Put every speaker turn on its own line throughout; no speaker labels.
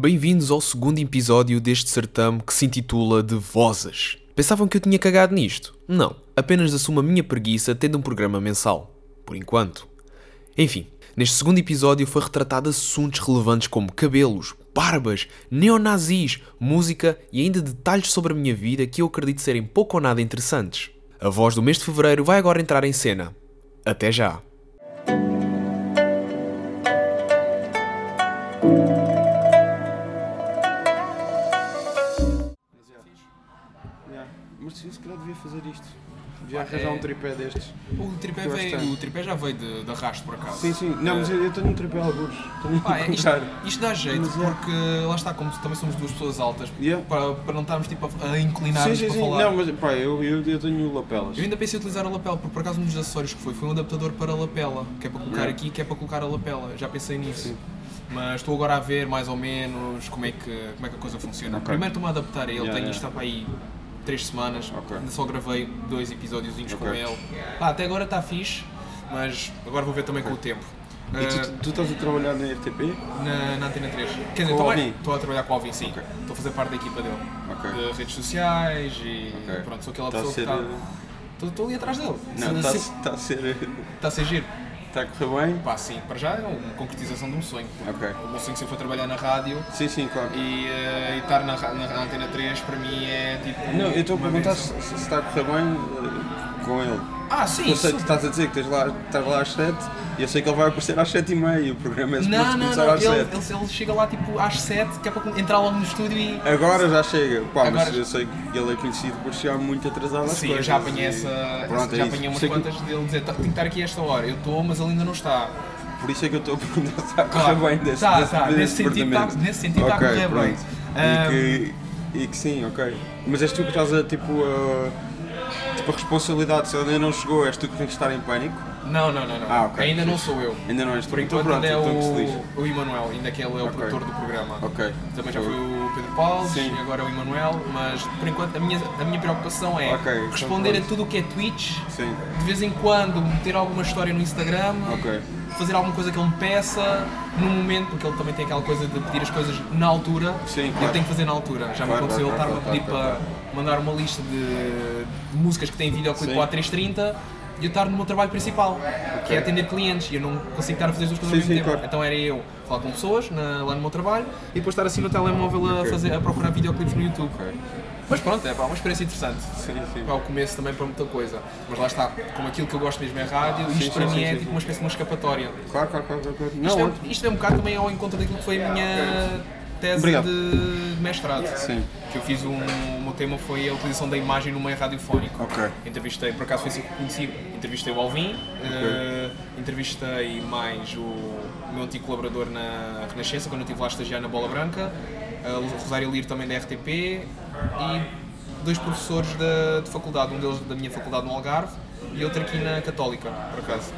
Bem-vindos ao segundo episódio deste certame que se intitula De Vozes. Pensavam que eu tinha cagado nisto? Não, apenas assumo a minha preguiça tendo um programa mensal. Por enquanto. Enfim, neste segundo episódio foi retratado assuntos relevantes como cabelos, barbas, neonazis, música e ainda detalhes sobre a minha vida que eu acredito serem pouco ou nada interessantes. A voz do mês de fevereiro vai agora entrar em cena. Até já!
Yeah. Mas eu se calhar devia fazer isto. Devia
é-
arranjar um tripé destes.
O tripé,
Eu acho que tem.
veio, o tripé já veio de, de arrasto por acaso.
Sim, sim. Não, mas eu, eu tenho um tripé a alguns. Tenho
Pá, é,
que
isto,
comprar.
isto dá jeito
Mas é.
porque lá está, como também somos duas pessoas altas,
Yeah.
para, para não estarmos tipo a, a
Sim,
inclinar-nos
sim,
para
sim.
falar.
Não, mas pá, eu, eu, eu tenho lapelas.
Eu ainda pensei em utilizar a lapela, porque por acaso um dos acessórios que foi foi um adaptador para a lapela, que é para colocar
Yeah.
aqui que é para colocar a lapela. Já pensei nisso.
Sim.
Mas estou agora a ver mais ou menos como é que, como é que a coisa funciona.
Ok.
Primeiro estou-me a adaptar a ele,
Yeah,
tenho
yeah.
isto há para aí 3 semanas,
Ok.
ainda só gravei dois episódiozinhos com
Ok.
ele. Pá, até agora está fixe, mas agora vou ver também com o tempo.
E
Ah,
tu, tu estás a trabalhar na RTP?
na, na Antena 3. Quer
Com
dizer,
o
estou a-
Alvin?
estou a trabalhar com o Alvin, sim. Estou a fazer parte da equipa dele.
Ok.
De redes sociais e
Ok.
pronto, sou aquela
Está a
pessoa
ser. eh,
que tá. está. Estou- Estou ali atrás dele.
Não, está
Se- se-
a- está a ser.
está a ser giro.
Está a correr bem?
Pá, sim, para já é uma concretização de um sonho.
Ok.
O meu sonho sempre foi trabalhar na rádio
Sim, sim, claro.
e, eh, e estar na, ra- na, na Antena 3 para mim é tipo.
Não, eu estou a
uma
perguntar se,
benção.
se está a correr bem eh, com ele.
Ah, sim!
Eu sei,
sim.
tu estás a dizer que tens lá, estás lá às 7 e eu sei que ele vai aparecer às 7 e meia. O programa é suposto
Não, não,
começar
não,
às
ele,
7.
ele, ele chega lá tipo às 7, que é para entrar logo no estúdio e.
Agora já chega. Pá, mas
Agora-
eu sei que ele é conhecido por chegar muito atrasado às
Sim,
coisas.
eu já apanhei
e-
essa.
Pronto,
já
é isso.
apanhei umas
Por isso é que-
quantas dele dizer, "Tá, tenho que estar aqui a esta hora. Eu estou, mas ele ainda não está.
Por isso é que eu estou a perguntar se está a correr
Claro.
bem desse,
Tá,
desse,
tá,
desse
nesse sentido está-
departamento.
nesse sentido está a
Ok,
correr bem.
pronto.
Ahm.
E, que, e que sim, ok. Mas és tu que estás a tipo a. Tipo, a responsabilidade, se ele ainda não chegou, és tu que tens que estar em pânico?
Não, não, não, não.
Ah, ok.
Ainda não sou eu.
Ainda não és tu.
Por
Então
enquanto
pronto,
ainda é
então que se lixe.
o, o Emanuel, ainda que ele é o
Ok.
produtor do programa.
Ok.
Também já foi o Pedro Paulo
Sim.
e agora é o Emanuel, mas por enquanto a minha, a minha preocupação é
Ok, então
responder a
pronto.
tudo o que é Twitch,
Sim,
de vez em quando meter alguma história no Instagram,
ok.
fazer alguma coisa que ele me peça no momento, porque ele também tem aquela coisa de pedir as coisas na altura.
Sim,
e
claro.
Eu tenho que fazer na altura. Já me
Claro,
aconteceu ele
claro,
estar-me a
claro,
pedir
claro,
para mandar uma lista de, de músicas que têm videoclipe
Sim.
para a 330 e eu estar no meu trabalho principal, que é atender clientes. E eu não consigo estar a fazer as duas coisas
Sim,
ao mesmo
sim,
tempo.
claro.
Então era eu falar com pessoas na- lá no meu trabalho e depois estar assim no telemóvel a, fazer, a procurar videoclipes no YouTube. Mas pronto, é pá, uma experiência interessante
Sim, sim.
é o começo também para muita coisa. Mas lá está, como aquilo que eu gosto mesmo é rádio, isto
sim,
para
sim,
mim é
sim, sim.
tipo uma espécie de uma escapatória.
Claro, claro, claro. claro, claro.
Isto
Não,
é, isto é um bocado também ao encontro daquilo que foi a minha tese
Obrigado.
de mestrado.
Sim.
Que eu fiz um. O meu tema foi a utilização da imagem no meio radiofónico.
Ok.
Entrevistei, por acaso foi assim que conheci. Entrevistei o Alvin, eh, entrevistei mais o meu antigo colaborador na Renascença, quando eu estive lá a estagiar na Bola Branca, eh, o Rosário Liro também da RTP e dois professores da, de faculdade, um deles da minha faculdade no Algarve e outro aqui na Católica, por acaso.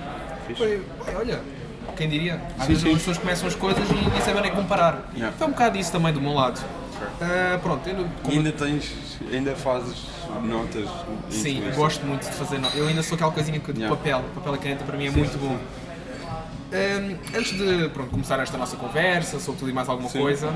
Foi, ué, olha, quem diria? Às vezes
sim.
as pessoas começam as coisas e nem sabem onde é que vão parar.
Yeah.
Foi um bocado isso também do meu lado. Ah, pronto, eu, não-
E ainda tens, ainda fazes notas. em
Sim,
tudo isto.
gosto muito de fazer. notas. Eu ainda sou aquela coisinha que de
Yeah.
papel, papel e caneta para mim é muito bom. Hum, antes de pronto, começar esta nossa conversa sobre tudo e mais alguma coisa,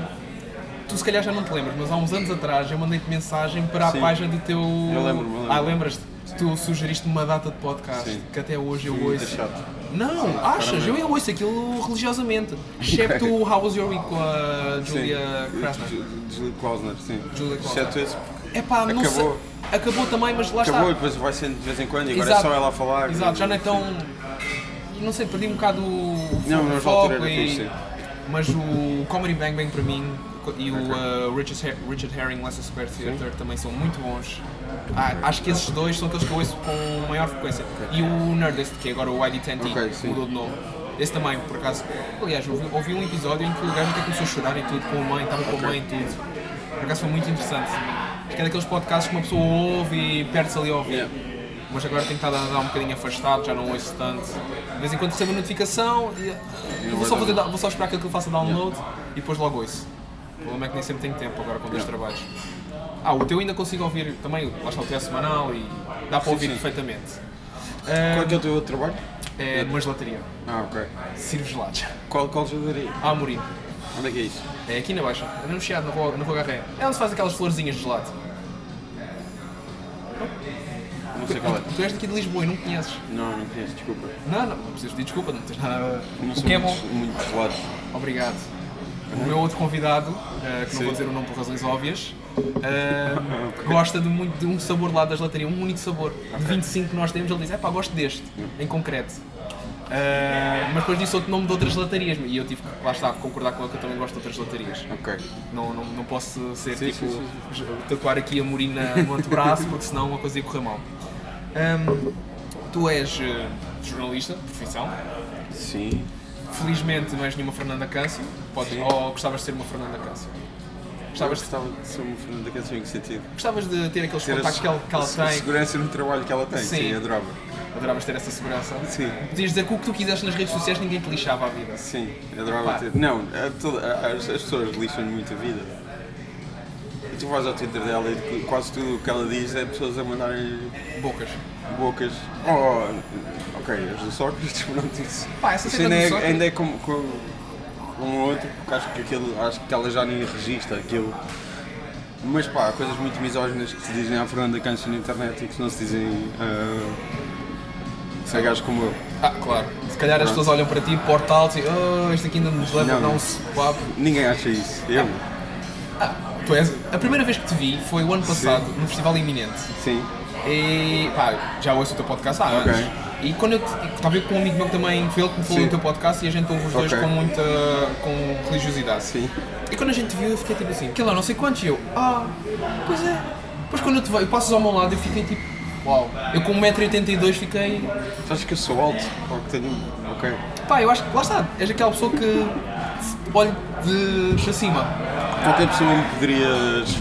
tu se calhar já não te lembras, mas há uns anos atrás eu mandei-te mensagem para a
Sim.
página do teu.
Eu lembro-me, eu lembro-me.
Ah, lembras-te? Tu sugeriste uma data de podcast
Sim.
que até hoje eu
Muito
ouço.
chato.
Não, achas? Eu, eu ouço aquilo religiosamente. Excepto o How Was Your Week com a
Sim.
Julia Krasner.
Ju- Julia Klausner, sim.
Julia Klausner.
Exceto esse, porque
É pá, não sei.
Acabou.
Acabou também, mas lá
acabou
está.
e depois vai sendo de vez em quando e agora é só ela a falar.
Exato, já não é
Sim.
tão. e Não sei, perdi um bocado o.
Não,
o
mas na
foco
altura era
e-
fixe, sim.
Mas o Comedy Bang Bang para mim e o uh, Richard, Her- Richard Herring Leicester Square Theatre também são muito bons. Ah, acho que esses dois são aqueles que eu ouço com maior frequência. E o Nerdist, que é agora o ID10T,
Ok, sim.
mudou de nome. Esse também, por acaso. Aliás, ouvi, ouvi um episódio em que o gajo até começou a chorar e tudo, com a mãe, estava com a mãe e tudo. Por acaso foi muito interessante. Acho que é daqueles podcasts que uma pessoa ouve e perde-se ali a ouvir.
Yeah.
Mas agora tenho estado a andar um bocadinho afastado, já não ouço tanto. De vez em quando recebo a notificação e, e vou, só fazer, da- vou só esperar que aquilo faça download e depois logo ouço. O problema é que nem sempre tenho tempo agora com dois trabalhos. Ah, o teu ainda consigo ouvir também, lá está o teu é semanal e dá para ouvir
sim.
perfeitamente.
Qual é que é
Ah,
o teu outro trabalho?
é uma gelateria.
Ah, ok.
Sirvo gelados.
Qual, qual jogaria?
Ah, Amorim.
Onde é que é isso?
É aqui na Baixa, é no Chiado, na Rua, na rua Garré. É onde se faz aquelas florzinhas de gelado.
Não sei qual é.
Tu és daqui de Lisboa e não conheces.
Não, não conheço, desculpa.
Não, não, não precisas pedir desculpa, não tens nada.
Não
o
sou
que é
muito,
bom.
muito pessoado.
Obrigado. O meu outro convidado, eh, que não vou
Sim.
dizer o nome por razões óbvias, eh, que gosta de, muito, de um sabor lá da gelataria, um único sabor. De 25 que nós temos, ele diz: é pá, gosto deste, em concreto. Eh, mas depois disse outro nome de outras gelatarias e eu tive que, lá está, concordar com ele que eu também gosto de outras gelatarias.
Ok.
Não, não, não posso ser
Sim,
tipo
sim, sim,
tatuar aqui a morina no antebraço porque senão a coisa ia correr mal. Ahm, tu és eh, jornalista, de profissão.
Sim.
Felizmente não és nenhuma Fernanda Câncio. Podes,
Sim.
ou gostavas de ser uma Fernanda Câncio? Gostavas,
Eu gostava de ser uma Fernanda Canção em que sentido?
gostavas de ter aqueles
Ter a
contactos que ela, que ela
se- a
tem?
segurança no trabalho que ela tem.
Sim.
Sim, adorava.
Adoravas ter essa segurança.
Sim.
Podias dizer que o que tu quiseste nas redes sociais ninguém te lixava a vida.
Sim, adorava
Pá.
ter. Não, a toda- a- as, as pessoas lixam-lhe muito a vida. E tu vais ao Twitter dela e tu- quase tudo o que ela diz é pessoas a mandarem
Bocas.
bocas. Oh, ok, as do tipo, Sócrates, pronto, isso.
Pá, essa
Isso
cena
ainda
do
é,
Sócrates-
ainda é como, como, como outro, porque acho que, aquilo, acho que ela já nem registra aquilo. Mas pá, há coisas muito misóginas que se dizem à Fernanda Câncer na internet e que não se dizem a gajos como eu.
Ah, claro. Se calhar as
Pronto.
pessoas olham para ti, portal, e oh, este aqui ainda nos leva a
Não.
dar um swap.
Ninguém acha isso. Eu?
É. Ah, tu és. A primeira vez que te vi foi o ano passado, no Festival Iminente.
Sim.
E pá, já ouço o teu podcast há anos.
Ok.
E quando eu te- estava eu com um amigo meu que também, foi ele que me falou
Sim.
do teu podcast e a gente ouve os dois
Ok.
com muita com religiosidade.
Sim.
E quando a gente viu, eu fiquei tipo assim, que lá não sei quantos, e eu, ah, pois é. Depois quando eu te vejo, passas ao meu lado, eu fiquei tipo, uau. Eu com 1,82m fiquei,
Tu achas que eu sou alto? Ou que tenho. Ok.
pá, eu acho que, lá está, és aquela pessoa que olha de para cima.
Qualquer pessoa me poderia es-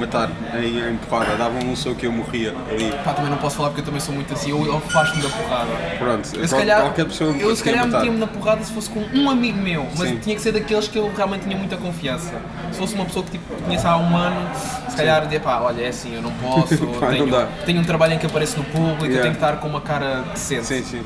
matar em em empurrada, dava-me um soco e eu morria ali.
Pá, também não posso falar porque eu também sou muito assim, eu, eu faço-me da porrada.
Pronto,
Eu se
qual-
calhar,
qualquer pessoa me
eu, se
poderia
calhar
matar.
metia-me na porrada se fosse com um amigo meu, mas
Sim.
tinha que ser daqueles que eu realmente tinha muita confiança. Se fosse uma pessoa que tipo, conheço há um ano, se calhar de pá, olha, é assim, eu não posso,
Pá, não
tenho,
dá.
tenho um trabalho em que apareço no público, eu
Yeah.
tenho que estar com uma cara decente.
Sim, sim.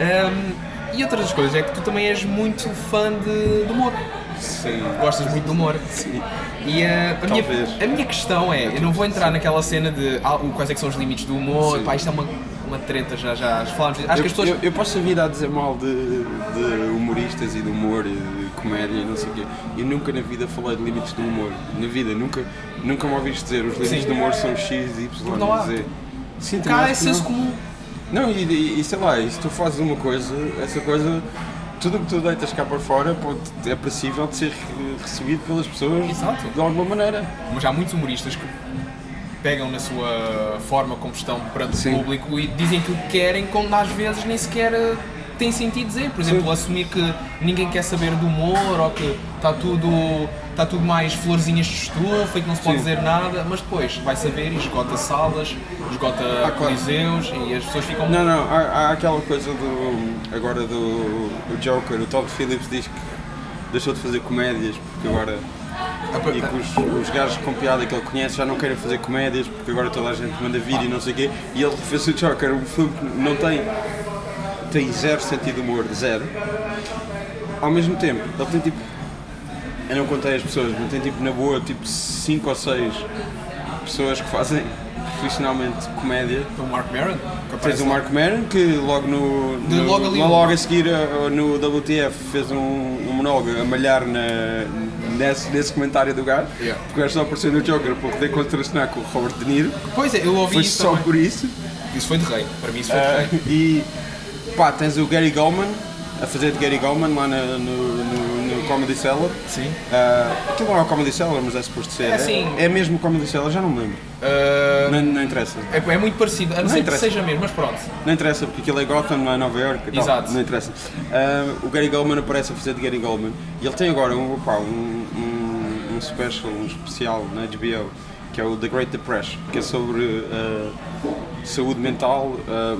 Ahm, e outras das coisas é que tu também és muito fã de, de humor.
Sim.
Gostas muito de humor.
Sim.
E eh, a,
Talvez.
minha, a minha questão é, eu não vou entrar naquela cena de ah, o- quais é que são os limites do humor,
Sim.
pá, isto é uma, uma treta, já, já falámos disso. Acho
Eu,
que as pessoas...
eu, eu posso vir a dizer mal de, de humoristas e de humor e de comédia e não sei o quê. Eu nunca na vida falei de limites do humor. Na vida, nunca, nunca me ouviste dizer os limites
Sim.
do humor são X, Y,
Não há.
Z. Sim, também
Cá
acho
é
que
senso
não.
comum.
Não, e, e- e sei lá, e se tu fazes uma coisa, essa coisa, tudo o que tu deitas cá para fora pode, é passível de ser re- recebido pelas pessoas
Exato.
de alguma maneira.
Mas há muitos humoristas que pegam na sua forma como estão perante
Sim.
o público e dizem aquilo que querem, quando às vezes nem sequer eh, tem sentido dizer. Por exemplo, assumir que ninguém quer saber do humor ou que está tudo, está tudo mais florzinhas de estufa e que não se pode
Sim.
dizer nada, mas depois vai saber e esgota salas, esgota
Ah, claro.
coliseus e as pessoas ficam.
Não, não, há, há aquela coisa do. agora do o Joker, o Todd Phillips diz que deixou de fazer comédias porque agora. E que os, os gajos com piada que ele conhece já não querem fazer comédias porque agora toda a gente manda vir e não sei o quê. E ele fez o Joker, um filme que não tem. tem zero sentido de humor, zero. Ao mesmo tempo, ele tem tipo. Eu não contei as pessoas, mas tem tipo na boa tipo 5 ou 6 pessoas que fazem profissionalmente comédia
O Mark Maron, que
Fez
aparece
o Mark Maron, que logo no.
De
no-
logo ali um-
logo,
o-
a seguir uh, no WTF fez um, um monólogo a malhar na, nesse, nesse comentário do gajo.
Yeah.
Porque o gajo só apareceu no Joker para poder contrastar com o Robert De Niro.
lá. Pois é, eu ouvi
Foi
isso.
só
também.
por isso.
Isso foi de rei, para mim isso foi de rei.
Uh, e pá, tens o Gary Goldman a fazer de Gary Goldman lá na- no, no, no Comedy Cellar.
Sim.
Uh, aquilo não é o Comedy Cellar, mas é suposto ser.
É assim.
é mesmo o Comedy Cellar, já não me lembro.
Ah,
Não, não interessa.
É, é muito parecido, a não,
Não
ser que
interessa.
seja mesmo, mas pronto.
Não interessa, porque aquilo é Gotham, não é Nova York. Tal.
Exato.
Não interessa. Ah, o Gary Goldman aparece a fazer de Gary Goldman e ele tem agora um, pá, um, um, um special, um especial na HBO, que é o The Great Depression, que é sobre ah, saúde mental, ah,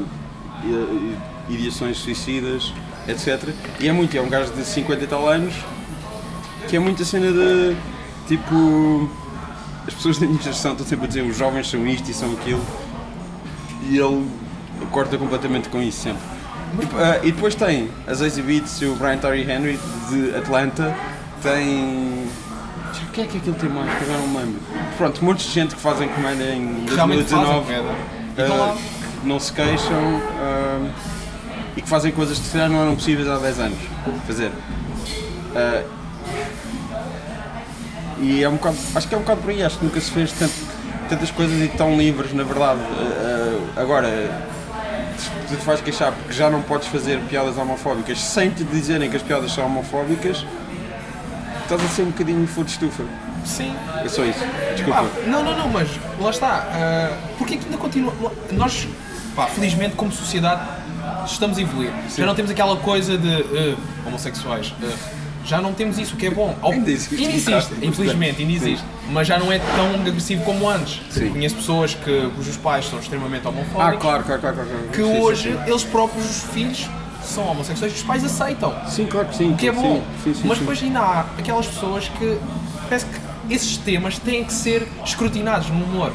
e- e- ideações suicidas, etc. E é muito, é um gajo de 50 e tal anos, que é muito a cena de tipo. As pessoas da minha geração estão sempre a dizer os jovens são isto e são aquilo e ele corta completamente com isso sempre. eh, E, ah, e depois tem as Ex Beats e o Brian Terry Henry de Atlanta tem. Já, O que é que aquilo tem mais? Que agora não me lembro. Pronto, muitos de gente que fazem comédia em
Realmente fazem
2019
comédia. E
ah,
estão lá.
que não se queixam ah, e que fazem coisas que se calhar não eram possíveis há 10 anos fazer. Ah, e é um bocado, acho que é um bocado por aí, acho que nunca se fez tanto- tantas coisas e tão livres, na verdade. Ah, ah, agora, tu te vais queixar porque já não podes fazer piadas homofóbicas sem te dizerem que as piadas são homofóbicas, estás a ser um bocadinho furo de estufa.
Sim.
É só isso. Desculpa.
Pá, não, não, não, mas lá está. ah, porque é que ainda continua. Nós, pá, felizmente, como sociedade, estamos a evoluir. Já não temos aquela coisa de ah, homossexuais. ah, já não temos isso, o que é bom. Ao-
Ainda existe,
Ainda existe,
exato.
infelizmente, ainda
Sim.
existe. Mas já não é tão agressivo como antes.
Sim.
Conheço pessoas que, cujos pais são extremamente homofóbicos.
ah, claro, claro, claro. claro, claro.
Que
Sim, sim,
hoje
sim.
eles próprios, os filhos, são homossexuais e os pais aceitam.
Sim, claro que sim.
O que é
sim,
bom.
Sim, sim,
mas
sim.
depois ainda há aquelas pessoas que parece que esses temas têm que ser escrutinados no humor.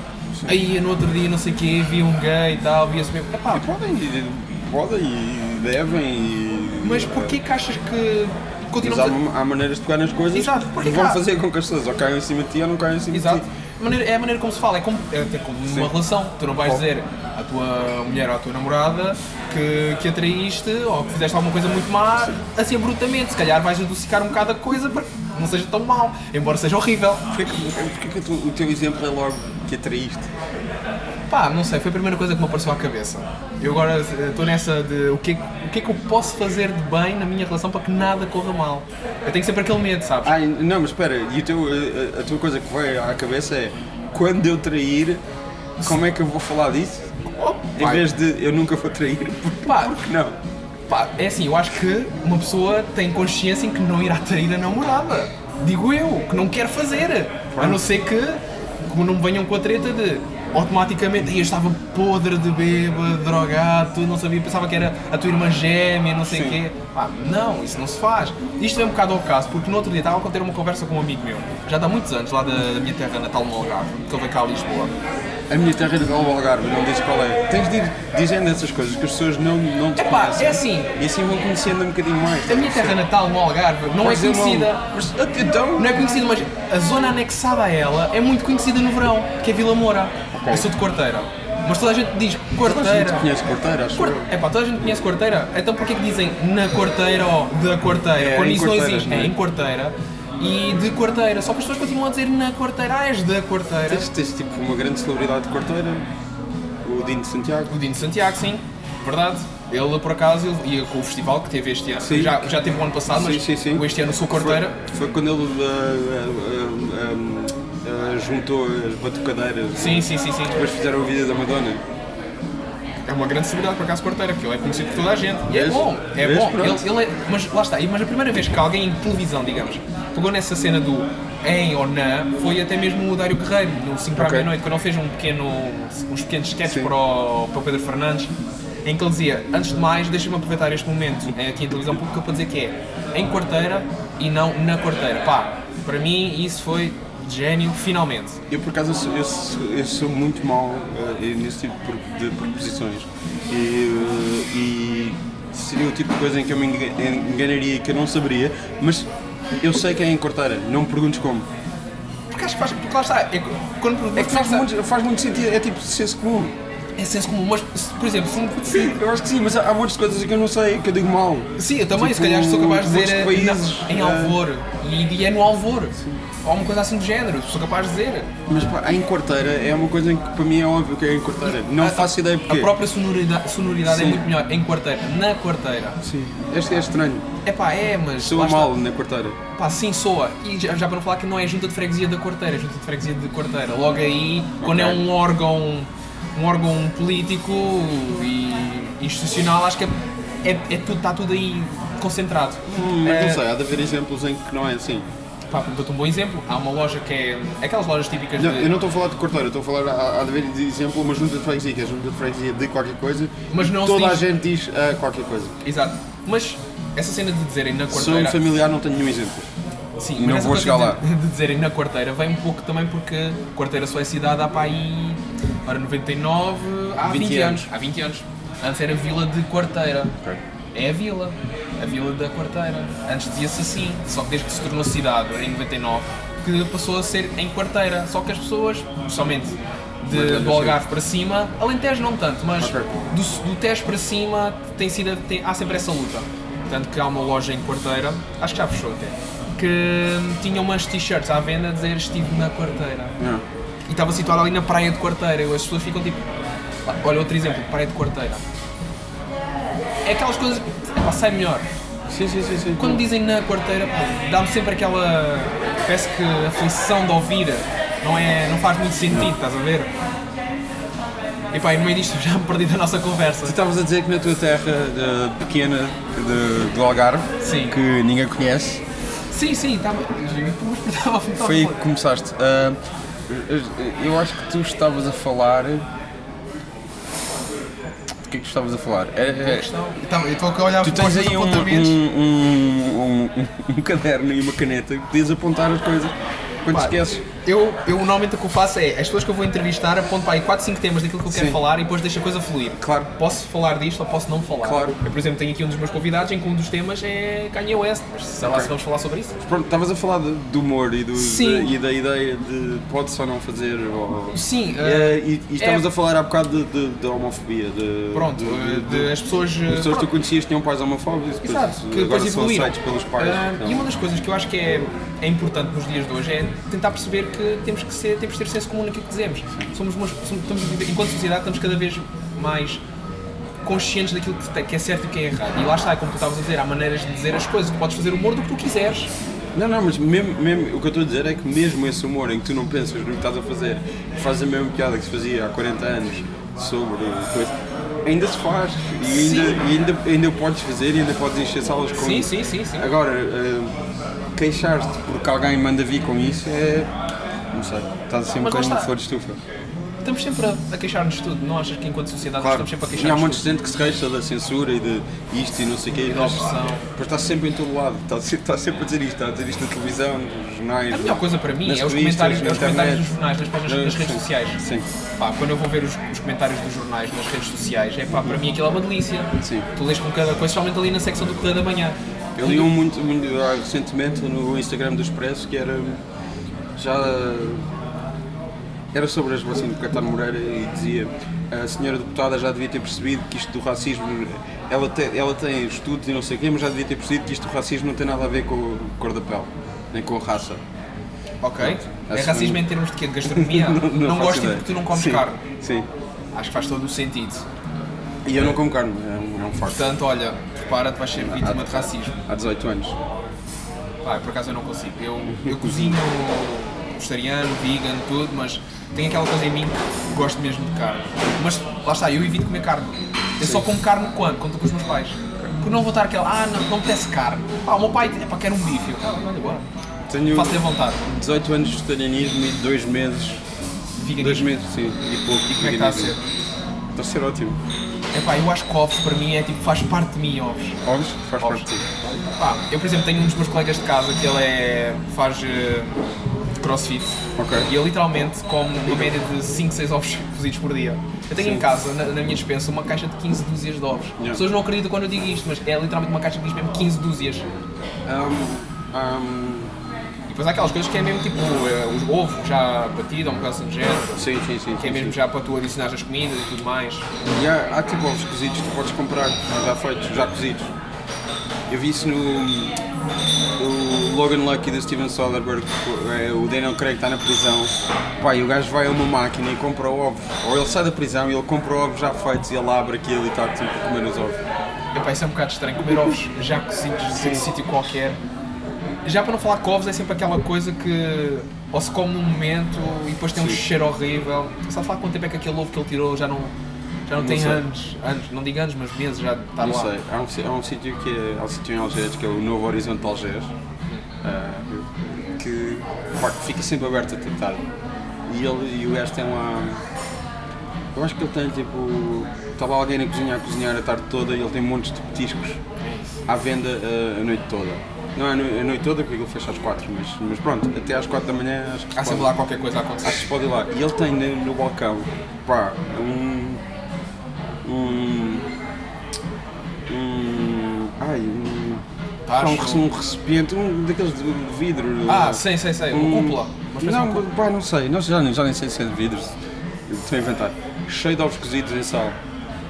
Aí no outro dia não sei o quê, vi um gay e tal, via-se mesmo. Epá,
E podem, e- podem e devem e.
mas porquê que achas que
Mas
continuamos
há,
a-
há maneiras de pegar nas coisas
Exato, porque
que vão
cá-
fazer com que as pessoas ou caiam em cima de ti ou não caiam em cima
Exato.
de ti.
Maneira- é a maneira como se fala, é como, é ter como
Sim.
uma relação. Tu não vais
Bom.
dizer à tua mulher ou à tua namorada que, que a traíste ou que fizeste alguma coisa muito má assim abruptamente. Se calhar vais adocicar um bocado a coisa para que não seja tão mal, embora seja horrível.
Porquê que, porquê que o teu- o teu exemplo é logo que atraíste?
Pá, não sei, foi a primeira coisa que me apareceu à cabeça. Eu agora eh, estou nessa de o que, é que- o que é que eu posso fazer de bem na minha relação para que nada corra mal. Eu tenho sempre aquele medo, sabes?
Ai, não, mas espera, e o teu, a, a tua coisa que vai à cabeça é quando eu trair, como é que eu vou falar disso?
Oh,
Em
pá,
vez de eu nunca vou trair, porque
pá,
não.
pá, é assim, eu acho que uma pessoa tem consciência em que não irá trair a namorada. Digo eu, que não quero fazer. A não ser que, como não me venham com a treta de automaticamente, "Ei, eu estava podre de bêbado, drogado, tudo, não sabia, pensava que era a tua irmã gêmea, não sei o
Sim.
quê. Pá, não, isso não se faz. Isto é um bocado ao caso, porque no outro dia estava a ter uma conversa com um amigo meu, já há muitos anos, lá da, da minha terra natal no Algarve, que ele veio cá a Lisboa.
A minha terra é de Galo Algarve, não diz qual é. Tens de ir dizendo essas coisas que as pessoas não, não te
Epá,
conhecem.
é assim.
E assim vão conhecendo um bocadinho mais.
A minha terra natal no Algarve não é
Podes dizer o nome.
conhecida.
Mas, então,
Não é conhecida, mas a zona anexada a ela é muito conhecida no verão, que é Vila Moura. Eu sou de Quarteira. Mas toda a gente diz
Toda a gente
Quarteira.
conhece Corteira, acho eu.
É pá, toda a gente conhece Quarteira. Então porquê que dizem na Quarteira ou da Quarteira?
É,
Quando
em
isso não
Quarteira,
existe.
não é?
É em Quarteira. E de Quarteira. Só que as pessoas continuam a dizer na Quarteira. Ah, és da Quarteira.
Tens, tens tipo uma grande celebridade de Corteira, o Dino de Santiago.
O Dino Santiago, sim. Verdade. Ele, por acaso, ele ia com o festival que teve este ano.
Sim.
Já, já teve o ano passado, Ah, mas
Sim, sim, sim.
este ano sou Quarteira.
Foi, foi quando ele eh, ah, ah, ah, ah, juntou as batucadeiras.
Sim, sim, sim, sim.
Depois fizeram o vídeo da Madonna.
É uma grande celebridade por acaso quarteira, porque ele é conhecido por toda a gente. E é
Vês?
bom, é
Vês?
bom.
Pronto.
Ele, ele é- mas lá está, e- mas a primeira vez que alguém em televisão, digamos, pegou nessa cena do em ou na, foi até mesmo o Dário Guerreiro, no 5 para a
Ok.
meia-noite, quando ele fez um pequeno, uns pequenos sketches
Sim.
para o, para o Pedro Fernandes, em que ele dizia, antes de mais, deixa-me aproveitar este momento eh, aqui em televisão pública para dizer que é em quarteira e não na quarteira. Pá, para mim isso foi de gênio, finalmente.
Eu por acaso eu sou, eu sou- eu sou muito mal ah, nesse tipo de de proposições. E, ah, e seria o tipo de coisa em que eu me enga- enganaria e que eu não saberia, mas eu sei que é em Corteira, não me perguntes como.
Porque acho que faz, porque lá está, é, que quando
É que faz muito, faz muito sentido, é tipo senso comum.
É senso comum, mas se- por exemplo, se, um,
Sim, eu acho que sim, mas há, há muitas coisas que eu não sei, que eu digo mal.
Sim, eu também,
Tipo,
se calhar sou capaz de
muitos
dizer eh,
países,
na- em
eh,
Alvor e, e é no Alvor. Ou uma coisa assim do género, sou capaz de dizer.
Mas pá, em quarteira é uma coisa em que para mim é óbvio que é em quarteira. Não
A-
faço ideia
A
porquê.
própria sonorida- sonoridade é
Sim.
muito melhor em quarteira, na quarteira.
Sim, este é estranho.
É pá, é, mas.
Sou
lá está.
mal na quarteira.
Pá, sim, soa. E já, já para não falar que não é junta de freguesia da quarteira, é junta de freguesia de quarteira. Logo aí, quando é um órgão, um órgão político e institucional, acho que é, é, é tudo, está tudo aí concentrado.
Hum, Mas
Eh,
É não sei, há de haver exemplos em que não é assim.
Pá, dou-te um bom exemplo. Há uma loja que é. Aquelas lojas típicas
Não,
de.
eu não estou a falar de quarteira, estou a falar, há, há de haver de exemplo uma junta de freguesia, que é a junta de freguesia de qualquer coisa.
Mas
e
não se
Toda a
diz-
gente diz ah, qualquer coisa.
Exato. Mas essa cena de dizerem na
Sou um
quarteira.
familiar, não tenho nenhum exemplo.
Sim,
e não
essa
vou
coisa
chegar lá.
De, de dizerem na quarteira vem um pouco também porque quarteira só é cidade há para aí. Ora, 99, há 20,
20
anos.
anos.
Há 20 anos. Antes era vila de quarteira. É a vila. a Vila da Quarteira. Antes dizia-se assim, só que desde que se tornou cidade, em 99, que passou a ser em Quarteira. Só que as pessoas, somente de,
Quarteira,
do Algarve para cima, Alentejo não tanto, mas
Ok.
do, do Tejo para cima tem sido, tem- há sempre essa luta. Tanto que há uma loja em Quarteira, acho que já fechou até, que tinha umas t-shirts à venda a dizer estive na Quarteira.
Não.
E estava situada ali na praia de Quarteira. Eu, As pessoas ficam tipo. "Ah, Olha, outro exemplo, praia de Quarteira. É aquelas coisas. Epá, sai melhor.
Sim, sim, sim, sim.
Quando dizem na quarteira, pá, dá-me sempre aquela. Parece que aflição de ouvir. Não, é, não faz muito sentido, estás a ver? E pá, e no meio disto já me perdi da nossa
Tu
conversa.
estavas a dizer que na tua terra eh, pequena de, do Algarve,
Sim.
que ninguém conhece,
Sim, sim, estava. mas estava- estava-
foi aí que começaste. Ah, eu acho que tu estavas a falar. O que é que tu estavas a falar? É-
Boa
é-
questão. Então, Eu estou a olhar
tu
para os
tens
meus
aí um,
apontamentos.
um- um- um- um caderno e uma caneta que podes apontar as coisas quando
Pá,
te esqueces.
Eu, eu normalmente o que eu faço é, as pessoas que eu vou entrevistar aponto para aí 4, 5 temas daquilo que eu quero
Sim.
falar e depois deixo a coisa fluir.
Claro.
Posso falar disto ou posso não falar.
Claro.
Eu, por exemplo, tenho aqui um dos meus convidados em que um dos temas é Kanye West. Mas Sei lá
Ok.
se vamos falar sobre isso.
Pronto, estavas a falar de- do humor e, do,
Sim.
da, e da ideia de pode só não fazer ou...
Sim,
É, e, e estávamos
é-
a falar há bocado de, de- de homofobia, de,
Pronto,
de- de-
eh, de- as pessoas... eh,
As pessoas que tu
pronto,
conhecias tinham pais homofóbicos, depois,
Exato, que
agora
depois
são
evoluíram.
aceitos pelos pais.
Ah,
Então,
e uma das coisas que eu acho que é, é importante nos dias de hoje é tentar perceber que temos que ser, temos que ter senso comum naquilo que dizemos. Somos, umas- somos- estamos a viver- enquanto sociedade estamos cada vez mais conscientes daquilo que, te- que é certo e que é errado. E lá está, como tu estavas a dizer, há maneiras de dizer as coisas. Tu podes fazer humor do que tu quiseres.
Não, não, mas mesmo, mesmo- o que eu estou a dizer é que mesmo esse humor em que tu não pensas no que estás a fazer, faz a mesma piada que se fazia há 40 anos sobre coisa, ainda se faz. E ainda,
Sim.
e ainda, ainda podes fazer e ainda podes encher salas com
Sim, sim, sim, sim.
Agora, eh, queixar-te porque alguém manda vir com isso é. Não sei, estás a ser um
Mas lá
bocado uma
está.
flor de estufa.
Estamos sempre a, a queixar-nos de tudo. Não achas que enquanto sociedade nós
Claro,
estamos sempre a
e há um
queixar-nos
monte
de
de
tudo?
gente que se queixa da censura e de isto e não sei o quê. E
da opressão.
Mas está sempre em todo lado, está sempre, está sempre a dizer isto, está a dizer isto na televisão, nos jornais.
A melhor coisa para mim
nas
é os
revistas,
comentários,
na
é os comentários
internet.
dos jornais, nas páginas nas redes
Sim,
sociais.
Sim.
Pá, quando eu vou ver os, os comentários dos jornais nas redes sociais, é pá, para mim aquilo é uma delícia.
Sim.
Tu lês com cada coisa, especialmente ali na secção do Correio da Manhã.
Eu li um muito, muito ah, recentemente no Instagram do Expresso que era já era sobre as vacinas de Catar Moreira e dizia a senhora deputada já devia ter percebido que isto do racismo ela tem, ela tem estudos e não sei o quê, mas já devia ter percebido que isto do racismo não tem nada a ver com a cor da pele, nem com a raça.
Ok. É
Acho
racismo
que-
em termos de quê? De gastronomia? não
faço
gosto
ideia.
porque tu não comes
Sim,
carne.
Sim.
Acho que faz todo o sentido.
E eu não como carne, é um, é um facto.
Portanto, olha, prepara-te, vais ser vítima de racismo.
Há 18 anos.
Pá, por acaso eu não consigo. Eu, eu cozinho vegetariano, vegan, tudo, mas tem aquela coisa em mim que gosto mesmo de carne. Mas lá está, eu evito comer carne. Eu só como carne quando? Quando estou com os meus pais. Porque não vou estar aquela, ah, não, não me desce carne. Pá, o meu pai, é pá, quer um bife. Eu, cara, olha, bora.
Tenho
Faço-lhe à vontade.
18 anos de vegetarianismo e dois meses.
Veganismo.
Dois meses, sim, e pouco.
E como é que está a ser?
Está a ser ótimo.
É pá, eu acho que ovos para mim é tipo, faz parte de mim ovos.
Ovos? Faz
Ovos.
parte de ti.
Pá, eu por exemplo tenho um dos meus colegas de casa que ele é, faz eh, crossfit
Ok.
e ele literalmente come uma média de 5, 6 ovos cozidos por dia. Eu tenho em casa, na, na minha despensa, uma caixa de 15 dúzias de ovos.
Yeah.
As pessoas não acreditam quando eu digo isto, mas é literalmente uma caixa que diz mesmo 15 dúzias. E
Ahm, ahm,
depois há aquelas coisas que é mesmo tipo eh, os ovos já batido ou um bocado de género,
sim, sim, sim.
que é
sim,
mesmo
sim.
já para tu adicionar as comidas e tudo mais.
E há, há tipo ovos cozidos que tu podes comprar, já feitos, já cozidos. Eu vi isso no, no Logan Lucky do Steven Soderbergh, que é o Daniel Craig está na prisão. Pai, o gajo vai a uma máquina e compra ovos. Ou ele sai da prisão e ele compra ovos já feitos e ele abre aquilo e está tipo a comer os ovos.
Epá, isso é um bocado estranho, comer ovos já cozidos de um sítio qualquer. Já para não falar que ovos é sempre aquela coisa que ou se come num momento e depois tem um
Sim.
cheiro horrível. Sabe lá quanto tempo é que aquele ovo que ele tirou já não, já não, tem
sei.
anos, anos, não digo anos, mas meses já está
não
lá.
sei, há um, si- há um sítio que é, há um sítio em Algés, que é o Novo Horizonte de Algés, ah, que, pá, que fica sempre aberto até tarde. E, ele, e o gajo tem lá. Eu acho que ele tem tipo. Estava alguém na cozinha a cozinhar a tarde toda e ele tem montes de petiscos à venda ah, a noite toda. Não é a no- a noite toda porque ele fecha às 4, mas, mas pronto, até às 4 da manhã acho que se
Há sempre
pode-
lá qualquer coisa a
Acho
acontecer.
que pode ir lá. E ele tem no, no balcão, pá, um. Um. Um. Ai, um. Há
jantares.
um,
ou-
rece- um recipiente, um daqueles de vidro.
Ah, sei, sei, sei. Uma
Um-
cúpula. Uma espécie de
Não,
uma cúpula.
pá, não sei. Não, já, nem- já nem sei se é de vidro. Eu Estou a inventar. Cheio de ovos cozidos em sal.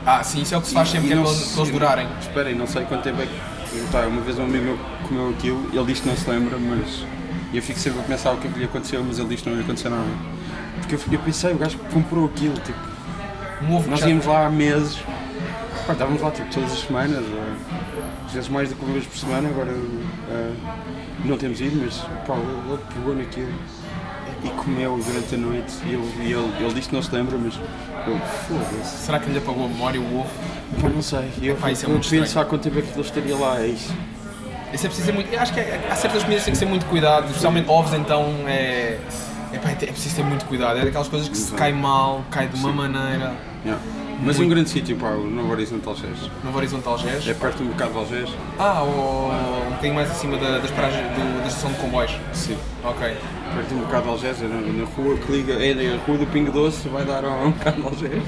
Ah, sim, isso é o que se faz sempre, que é
não
para eles
se-
para eles durarem.
Esperem, não sei quanto tempo é que. Tá, uma vez um amigo meu comeu aquilo, ele disse que não se lembra, mas. Eu fico sempre a pensar o que é que lhe aconteceu, mas ele disse que não lhe aconteceu nada. Porque eu, eu pensei, o gajo comprou aquilo, tipo.
Um ovo
Nós
que já-
íamos lá há meses, pá, estávamos lá tipo todas as semanas, ou, às vezes mais do que uma vez por semana, agora eh, não temos ido, mas pá, ele ele pegou naquilo e comeu durante a noite e ele, e ele, ele disse que não se lembra, mas eu foda-se.
Será que lhe apagou a memória o ovo?
Pá, não sei, eu,
Epá, isso é
eu
muito
penso
estranho.
há quanto tempo é que ele estaria lá, é isso.
Isso é preciso ter muito. eu Acho que há há certas comidas que tem que ser muito cuidado, especialmente ovos, então é. É, pá, é preciso ter muito cuidado. É daquelas coisas que se
Exato.
cai mal, cai de uma maneira.
Yeah. Mas um grande sítio, pá, o Novo Horizonte de Algés.
No Horizonte Algés.
É perto um bocado de Algés?
Ah, o, um bocadinho mais acima da, das paragens do- da estação de comboios.
Sim.
Ok.
Perto um bocado de Algés, é na, na rua que liga, é na rua do Pingo Doce, vai dar a um bocado de Algés.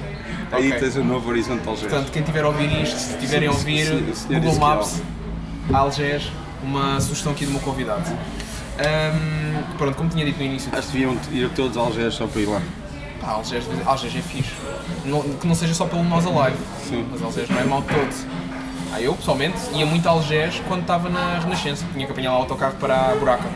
Aí
Ok.
tens o Novo Horizonte de Algés.
Portanto, quem tiver a ouvir isto, se tiverem a
Sim,
ouvir,
sim, sim,
Google
senhor
Maps, Algés, uma sugestão aqui do meu convidado. Ahm, pronto, como tinha dito no início,
Acho que deviam ir todos a Algés só para ir lá.
pá, Algés, Algés é fixe. Não- que não seja só pelo Nós Alive,
Sim.
mas Algés não é mau de todo. Ah, eu, pessoalmente, ia muito a Algés quando estava na Renascença, tinha que apanhar lá o autocarro para a Buraca.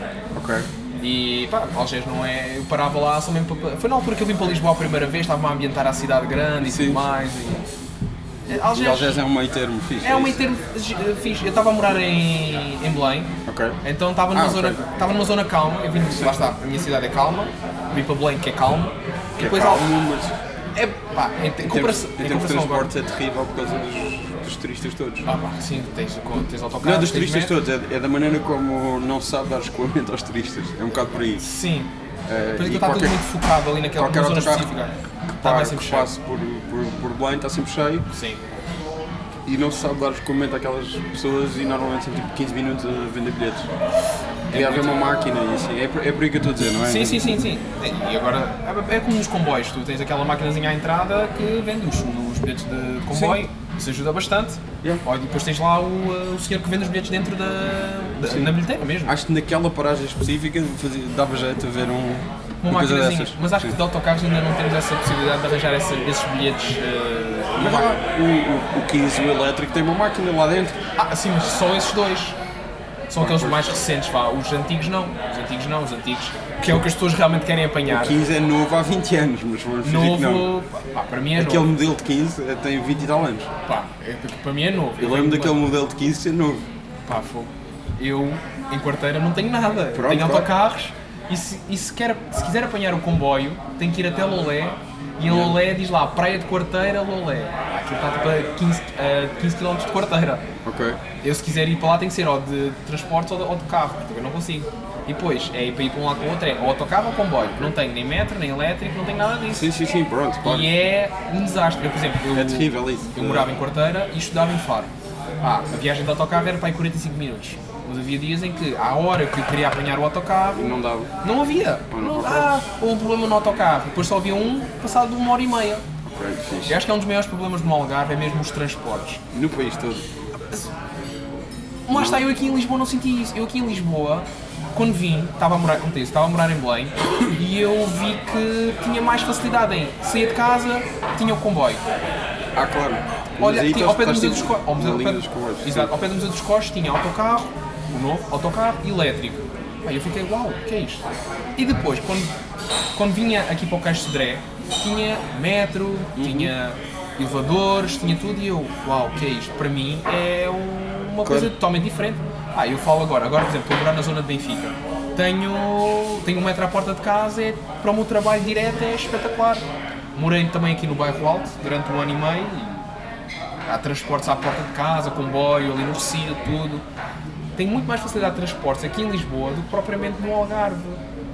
Ok.
E pá, Algés não é. Eu parava lá só mesmo para. Foi na altura que eu vim para Lisboa a primeira vez, estava-me a ambientar à cidade grande e
Sim.
tudo mais. e- É, Algés,
E Algés é um meio termo fixe.
é um meio
isso?
termo gi- fixe. Eu estava a morar em, em Belém,
Ok.
então estava numa,
Ah,
zona,
ok.
estava numa zona calma. Eu vim, lá está, a minha cidade é calma, vim para Belém que é calma. e
Que é
depois
calmo, mas
Al- É pá, em, te- em
em termos,
comparação.
em
em
termos de
comparação agora-
transportes é terrível por causa dos, dos turistas todos.
Ah pá, sim, tens, o- tens autocarro.
Não é dos
tens
turistas
metro.
todos, é, é da maneira como não se sabe dar escoamento aos turistas. É um bocado por aí.
Sim.
Eh,
Depois aquilo
e
está tudo
qualquer-
muito focado ali naquela
qualquer
zona
autocarro
específica. Estava
Pá,
sempre
que
cheio.
passo por, por, por Belém está sempre cheio
Sim.
e não se sabe dar escoamento àquelas pessoas e normalmente são tipo 15 minutos a vender bilhetes. Devia haver uma máquina e assim. É por, é por aí que eu estou a dizer, não é?
É Sim, sim, sim, sim. E agora é como nos comboios, tu tens aquela maquinazinha à entrada que vende os, os bilhetes de comboio, isso ajuda bastante.
Yeah.
Ou depois tens lá o, uh, o senhor que vende os bilhetes dentro da, da
Sim.
na bilheteira mesmo.
Acho que naquela paragem específica fazia- dava jeito a ver um,
uma
coisa
maquinazinha.
dessas.
Mas acho que de autocarros ainda não temos essa possibilidade de arranjar essa- esses bilhetes. uh,
Mas lá, o, o, o 15, o elétrico, tem uma máquina lá dentro.
Ah, sim, mas só esses dois. São aqueles mais recentes, vá. Os antigos não. Os antigos não, os antigos. Que é o que as pessoas realmente querem apanhar.
15 é novo há 20 anos, mas vamos fingir que não.
Novo. Pá, para mim é
Aquele
novo.
modelo de 15 eh, tem 20 e tal anos.
Pá, é- para mim é novo.
Eu lembro
tenho uma-
daquele modelo de 15 ser novo.
Pá, fogo. Eu, em quarteira, não tenho nada.
Pronto,
tenho
claro.
autocarros e, se, e se, quer, se quiser apanhar o comboio, tem que ir até Lolé. E em Lolé diz lá, Praia de Quarteira, Lolé. Aquilo está tipo a 15, a 15 km de quarteira.
Ok.
Eu, se quiser ir para lá, tem que ser ou de transportes ou de, ou de carro, porque eu não consigo. E depois, é ir para ir para um lado para o outro, é ou autocarro ou comboio. Não tenho nem metro, nem elétrico, não tenho nada disso.
Sim, sim, sim, pronto, claro.
E é um desastre. Eu, por exemplo, eu,
É terrível isso.
eu morava em Quarteira e estudava em Faro. Ah, a viagem de autocarro era para aí 45 minutos. Mas havia dias em que, à hora que eu queria apanhar o autocarro,
Não dava.
não havia.
Não,
Não,
não
ah, houve um problema no autocarro. Depois só havia um passado de uma hora e meia.
Ok, fixe.
Eu acho que é um dos maiores problemas no Algarve, é mesmo os transportes.
No país todo.
Mas está, eu aqui em Lisboa não senti isso. Eu aqui em Lisboa, quando vim, estava a morar, como te disse, estava a morar em Belém e eu vi que tinha mais facilidade em sair de casa, tinha o comboio.
Ah, claro.
Olha,
aí
tinha- ao pé do Museu
estás- estás
dos
tipo
Cos- ao Museu-
na
ao
linha
pé-
dos comboios.
Exato, ao pé do Museu dos Costos tinha autocarro, o novo, autocarro elétrico. Aí eu fiquei, uau, o que é isto? E depois, quando, quando vinha aqui para o Cais de Sodré, tinha metro, tinha elevadores, tinha tudo, e eu, uau, o que é isto? Para mim é um- uma coisa totalmente diferente. Ah, eu falo agora, agora por exemplo, estou a morar na zona de Benfica. Tenho, tenho um metro à porta de casa, é, para o meu trabalho direto é espetacular. Morei também aqui no bairro Alto durante um ano e meio e Há transportes à porta de casa, comboio, ali no Recio, tudo. Tem muito mais facilidade de transportes aqui em Lisboa do que propriamente no Algarve.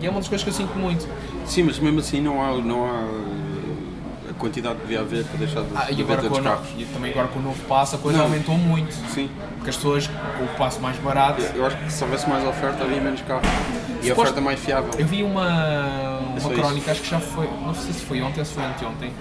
E é uma das coisas que eu sinto muito.
Sim, mas mesmo assim não há, não há eh, a quantidade que devia haver para deixar de,
Ah,
de
e agora
vender
com, o
os
novo,
carros.
e também agora com o novo passo a coisa
Não.
aumentou muito.
Sim.
Porque as pessoas, com o passo mais barato.
Eu acho que se houvesse mais oferta havia menos carros. E a
Suposto-
oferta mais fiável.
Eu vi uma,
É só
uma
isso.
crónica, acho que já foi, não sei se foi ontem ou se foi anteontem.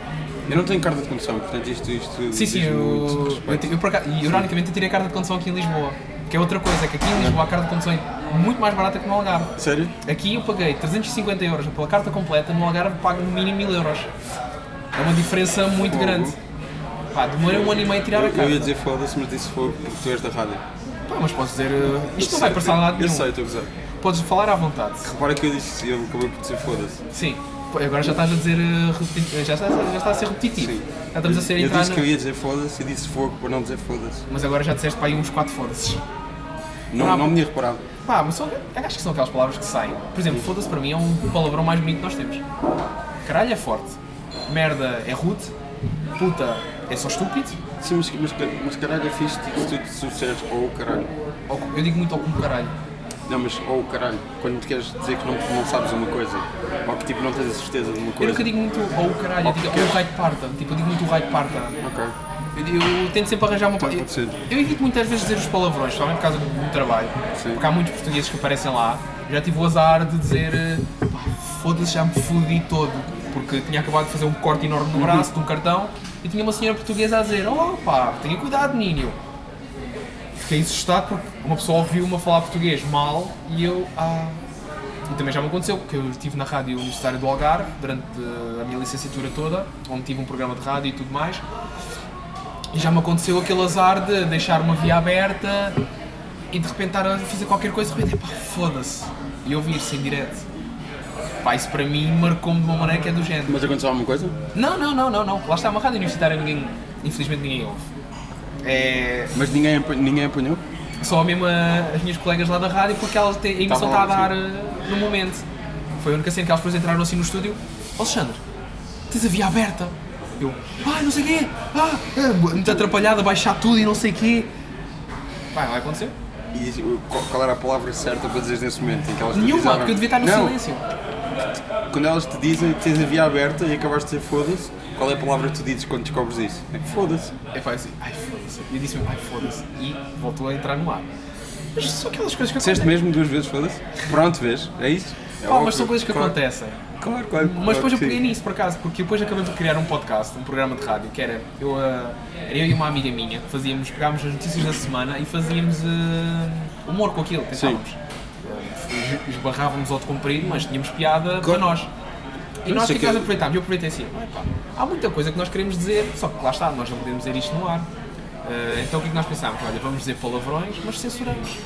Eu não tenho carta de condução, portanto isto, isto
Sim, sim,
diz
eu,
muito
eu,
respeito.
ti- eu por acaso- e, ironicamente eu tirei a carta de condução aqui em Lisboa. Que é outra coisa, que aqui em Lisboa a carta de condução é muito mais barata que no Algarve.
Sério?
Aqui eu paguei 350 euros pela carta completa, no Algarve pago no mínimo 1000 euros. É uma diferença muito
Fogo.
grande. Pá, demorei um ano e meio a tirar a
Eu, eu ia
carta.
dizer foda-se, mas disse fogo porque tu és da rádio.
Pá, mas posso dizer, uh, isto
Eu
não vai
sei,
passar a lado
Eu
nenhum.
sei, estou a gozar.
Podes falar à vontade.
Repara que eu disse, eu acabei por dizer foda-se.
Sim. Pô, Agora já estás a dizer. uh, repeti- Já está, já está a ser repetitivo.
Sim.
Já estamos a ser
Eu
entrar
disse
no-
que eu ia dizer foda-se e disse fogo para não dizer foda-se.
Mas agora já disseste para aí uns 4 foda-se.
Não,
Bravo.
não me tinha reparado.
Pá, mas são, acho que são aquelas palavras que saem. Por exemplo, foda-se para mim é um palavrão mais bonito que nós temos. Caralho é forte. Merda é rude. Puta é só estúpido.
Sim, mas, mas, mas caralho é fixe tipo, se tu se tu disseres ou oh, caralho.
Ou com- eu digo muito ao como caralho.
Não, mas ou oh, caralho, quando tu queres dizer que não, não sabes uma coisa, ou que tipo não tens a certeza de uma
Eu
coisa.
nunca digo muito ao caralho, eu digo ao raio de parta. Tipo, eu digo muito o raio de parta.
Ok.
Eu, eu tento sempre arranjar uma pa-
pode ser.
Eu, eu evito muitas vezes dizer os palavrões, principalmente por causa do, do trabalho.
Sim.
Porque há muitos portugueses que aparecem lá. Já tive o azar de dizer eh, pá, foda-se, já me fodi todo. Porque tinha acabado de fazer um corte enorme no braço, de um cartão, e tinha uma senhora portuguesa a dizer: Oh pá, tenha cuidado, Ninho. Fiquei assustado porque uma pessoa ouviu-me a falar português mal e eu. Ah. E também já me aconteceu, porque eu estive na rádio Universitária do Algarve durante eh, a minha licenciatura toda, onde tive um programa de rádio e tudo mais. E já me aconteceu aquele azar de deixar uma via aberta e de repente estar a fazer qualquer coisa e de repente, pá, foda-se. E ouvir-se em direto. Pá, isso para mim marcou-me de uma maneira que é do género.
Mas aconteceu alguma coisa?
Não, não, não, não, não. Lá está uma rádio universitária, ninguém, infelizmente ninguém ouve. É,
Mas ninguém, apan- ninguém apanhou?
só mesmo a- as minhas colegas lá da rádio porque elas têm, a emissão está
Estavam
a
lá,
dar eh, no momento. Foi a única cena que elas depois entraram assim no estúdio. Alexandre, tens a via aberta. Eu, ah, não sei o quê, ah, eh, muito atrapalhada, baixar tudo e não sei o quê. Vai, vai acontecer.
E o- qual- qual era a palavra certa para dizeres nesse momento? Em que elas te
Nenhuma,
avisaram?
porque eu devia estar no
não,
silêncio.
Quando elas te dizem que tens a via aberta e acabaste de dizer foda-se, qual é a palavra que tu dizes quando descobres isso? É foda-se.
Eu falei assim, ai foda-se. E eu disse mesmo, ai foda-se. E voltou a entrar no ar. Mas são aquelas coisas que
Disseste
acontecem.
mesmo duas vezes foda-se? Pronto, vês? É isso? É
Pá,
óbvio.
mas são coisas que
Claro.
acontecem.
Claro, claro.
Mas depois eu
claro que
peguei
sim.
nisso, por acaso, porque depois acabei de criar um podcast, um programa de rádio, que era eu, ah, era eu e uma amiga minha, que fazíamos, pegámos as notícias da semana e fazíamos ah, humor com aquilo, tentávamos. Ah, Esbarrávamos ao de comprido, mas tínhamos piada para nós. E
Eu
nós o
sei
que é que
que-
nós aproveitámos? Eu aproveitei assim, "Ah, pá, há muita coisa que nós queremos dizer, só que lá está, nós não podemos dizer isto no ar. Ah, então o que é que nós pensámos? Olha, vamos dizer palavrões, mas censuramos.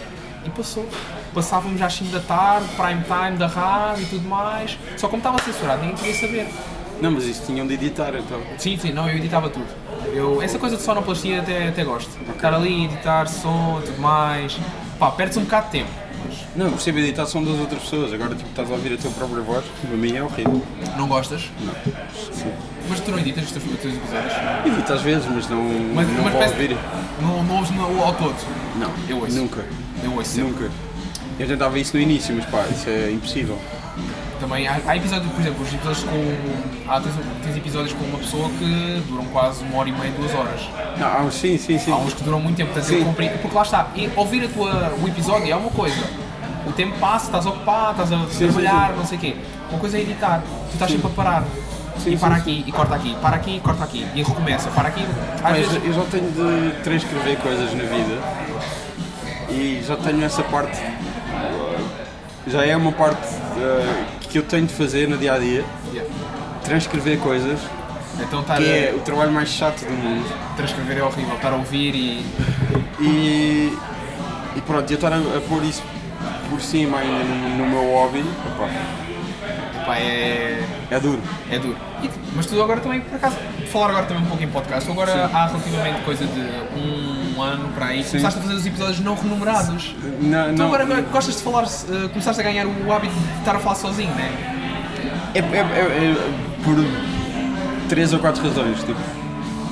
E passou. Passávamos às 5 da tarde, prime time da rádio e tudo mais. Só como estava censurado, ninguém queria saber.
Não, mas isto tinham de editar então.
Sim, sim, não, eu editava tudo. Eu, essa coisa de sonoplastia até, até gosto. Estar ali, editar som e tudo mais. Pá, perdes um bocado de tempo. Mas
Não, percebo a editação das outras pessoas. Agora tipo, estás a ouvir a tua própria voz. Para mim é horrível.
não gostas?
Não. Sim.
Mas tu não editas os teus, os teus episódios?
Edito às vezes, mas não,
Mas,
não
mas
vou
parece-
ouvir.
Não, não ouves no- ao todo?
Não,
Eu ouço.
Nunca.
Eu ouço sempre.
Nunca. Eu tentava isso no início, mas pá, isso é impossível.
Também há, há episódios, por exemplo, os episódios com. Há tens, tens episódios com uma pessoa que duram quase uma hora e meia, duas horas.
Não, ah, sim, sim, sim.
Há uns que duram muito tempo, portanto
Sim.
eu compreendo. Porque lá está, e ouvir a tua, o episódio é uma coisa. O tempo passa, estás ocupado, estás a
Sim,
trabalhar,
sim, sim.
não sei o quê. Uma coisa é editar, tu estás sempre a parar. e
sim,
para
sim.
aqui, e corta aqui, para aqui, e corta aqui, e recomeça, para aqui. Às
Pá, eu, já-
vezes,
eu já tenho de transcrever coisas na vida e já tenho essa parte. Já é uma parte eh, que eu tenho de fazer no dia a dia.
Yeah.
Transcrever coisas,
Então estar
é. que é
a
o trabalho mais chato do mundo.
transcrever é horrível, estar a ouvir e.
E, e pronto, eu estar a, a pôr isso por cima ainda no, no meu hobby, opá,
Pá, é.
é duro.
É duro. E- mas tu agora também, por acaso, falar agora também um pouco em podcast, tu agora há relativamente coisa de um ano para aí, começaste a fazer os episódios não remunerados.
Não,
Tu
não,
Então agora gostas de falar, eh, começaste a ganhar o hábito de estar a falar sozinho, não é?
É, é- é- é por três ou quatro razões. Tipo,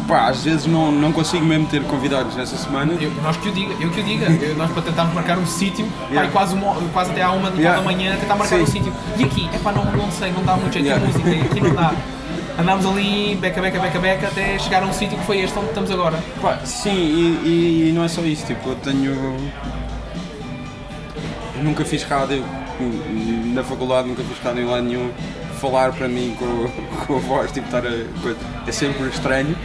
pá, às vezes não, não consigo mesmo ter convidados nessa semana.
Eu, nós que o diga, eu que o diga, eu- nós para tentarmos marcar um sítio, pá,
Yeah.
e quase, uma- quase até à uma de
Yeah.
da manhã, tentar marcar
Sim.
um sítio. E aqui, é pá, não, não sei, não dá muito jeito
Yeah.
a música, e aqui não dá. Andámos ali, beca, beca, beca, beca, até chegar a um sítio que foi este onde estamos agora.
Pá, sim, e, e- e não é só isso. Tipo, eu tenho. eu nunca fiz rádio hum, na faculdade, nunca fiz rádio em lado nenhum. Falar para mim com, com a voz, tipo, estar a, coisa, é sempre estranho.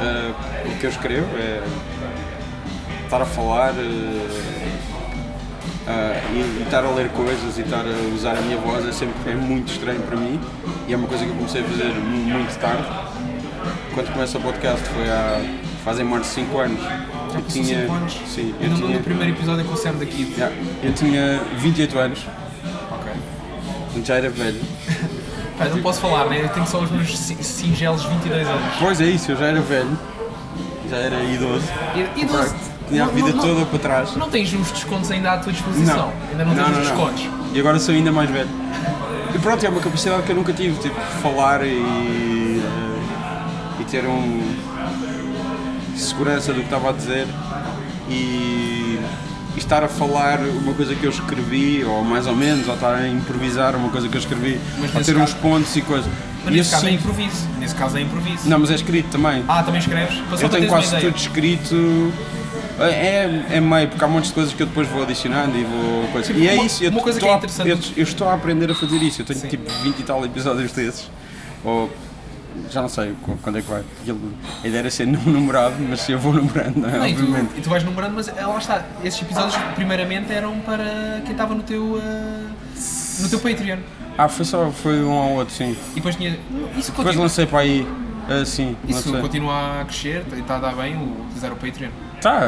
Ah, o que eu escrevo é. estar a falar eh, ah, e, e estar a ler coisas e estar a usar a minha voz é sempre é muito estranho para mim e é uma coisa que eu comecei a fazer mu- muito tarde. Quando começa o podcast foi há fazem mais de 5 anos.
Já
eu
passou
tinha,
5 anos?
Sim, eu
no,
tinha,
no primeiro episódio em que o Sam daqui.
yeah, eu tinha 28 anos,
Ok.
portanto já era velho.
Pá, não posso falar, né? Eu tenho só os meus si- singelos 22 anos.
Pois é isso, eu já era velho, já era idoso.
E, e doze-
Tinha a
não-
vida
não-
toda para trás.
Não tens uns descontos ainda à tua disposição. Ainda não tens os descontos.
E agora sou ainda mais velho. E pronto, é uma capacidade que eu nunca tive, tipo, falar e, eh, e ter um segurança do que estava a dizer e, e estar a falar uma coisa que eu escrevi, ou mais ou menos, ou estar a improvisar uma coisa que eu escrevi,
Mas
ou
nesse
ter uns
caso-
pontos e coisas.
Mas
E eu
nesse caso é
sinto-
improviso. Nesse caso é improviso.
Não, mas é escrito também.
Ah, também escreves? Para só para
Eu tenho
teres uma
quase
ideia.
tudo escrito. É, é meio, porque há montes de coisas que eu depois vou adicionando e vou. Coisa.
Tipo,
e é
uma-
isso, eu,
uma coisa que
estou
é
a-
interessante-
eu- eu estou a aprender a fazer isso. Eu tenho
Sim.
tipo 20 e tal episódios desses. Ou. Já não sei qu- quando é que vai. Aquilo- A ideia era ser não numerado, mas eu vou numerando, não é?
Não, e,
Obviamente.
tu, e tu vais numerando, mas eh, lá está. Esses episódios, primeiramente, eram para quem estava no teu. eh, no teu Patreon.
Ah, foi só. Foi um ao outro, sim.
E depois tinha. Isso
Depois
continua,
lancei para aí. ah, sim,
isso
lancei.
continua a crescer e está a dar bem o utilizar o Patreon.
Tá,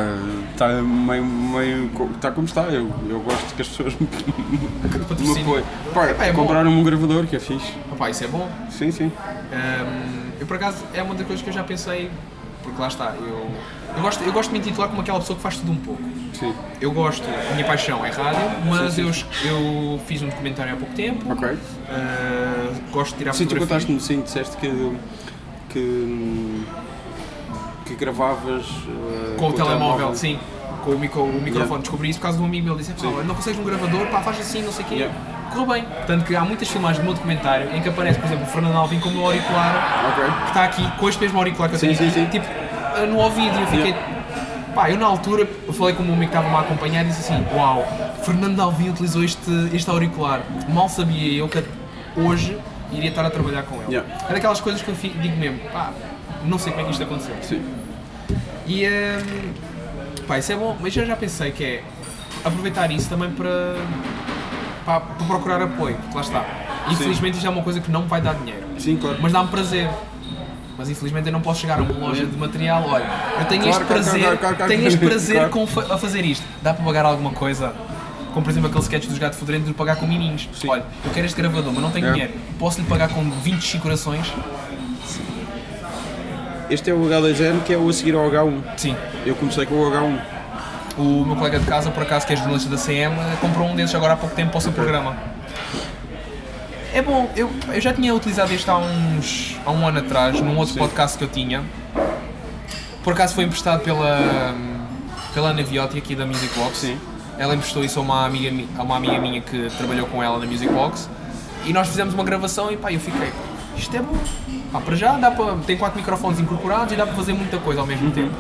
tá meio. meio co- tá como está. Eu, eu gosto que as pessoas me, me
patrocinem.
apoiem. Pá,
Epá, é bom.
compraram um gravador que é fixe.
Opa, isso é bom.
Sim, sim.
Ahm, eu, por acaso, é uma das coisas que eu já pensei, porque lá está. Eu, eu, gosto, eu gosto de me intitular como aquela pessoa que faz tudo um pouco.
Sim.
Eu gosto, a minha paixão é rádio, mas eu, es- eu fiz um documentário há pouco tempo.
Ok.
ah, gosto de tirar
Sim, tu
fotografias.
Assim, tipo, contaste-me, sim, disseste que. que. que gravavas. eh,
Com o telemóvel, sim. Com o, micro, o microfone. Descobri isso por causa de um amigo meu. Ele disse: "Pá, não consegues um gravador, pá, faz assim, não sei o quê.
Yeah.
Correu bem. Tanto que há muitas filmagens do meu documentário em que aparece, por exemplo, o Fernando Alvim com o meu auricular, que
Ok.
está aqui, com este mesmo auricular que eu
Sim,
tenho
sim,
aqui, tipo, ah, no ouvido. E eu fiquei. Pá, eu na altura eu falei com um amigo que estava-me a acompanhar e disse assim: Uau, Fernando Alvim utilizou este, este auricular. Mal sabia eu que hoje iria estar a trabalhar com ele.
Yeah.
É daquelas coisas que eu fico- digo mesmo: pá, não sei como é que isto aconteceu.
Sim.
E hum, pá, isso é bom, mas eu já pensei que é aproveitar isso também para, pá, para procurar apoio, porque lá está. Infelizmente isto é uma coisa que não vai dar dinheiro,
Sim, claro.
mas dá-me prazer. Mas infelizmente eu não posso chegar a uma loja de material, olha, eu tenho
Claro,
este
claro,
prazer,
claro, claro, claro,
tenho este
claro.
prazer
Claro.
com fa- a fazer isto. Dá para pagar alguma coisa? Como por exemplo aquele sketch dos gato fedorento de pagar com mininhos.
Sim.
Olha, eu quero este gravador, mas não tenho
É.
dinheiro. Posso-lhe pagar com 25 corações?
Este é o H2N que é o a seguir ao H1.
Sim.
Eu comecei com o H1.
O meu colega de casa, por acaso, que é jornalista da CM, comprou um desses agora há pouco tempo para o seu programa. É bom, eu, eu já tinha utilizado este há uns. há um ano atrás, num outro podcast que eu tinha. Por acaso foi emprestado pela. pela Ana Viotti aqui da Music Box.
Sim.
Ela emprestou isso a uma, amiga, mi- a uma amiga minha que trabalhou com ela na Music Box. E nós fizemos uma gravação e pá, eu fiquei. Isto é bom. Pá, para já dá para. tem quatro microfones incorporados e dá para fazer muita coisa ao mesmo tempo.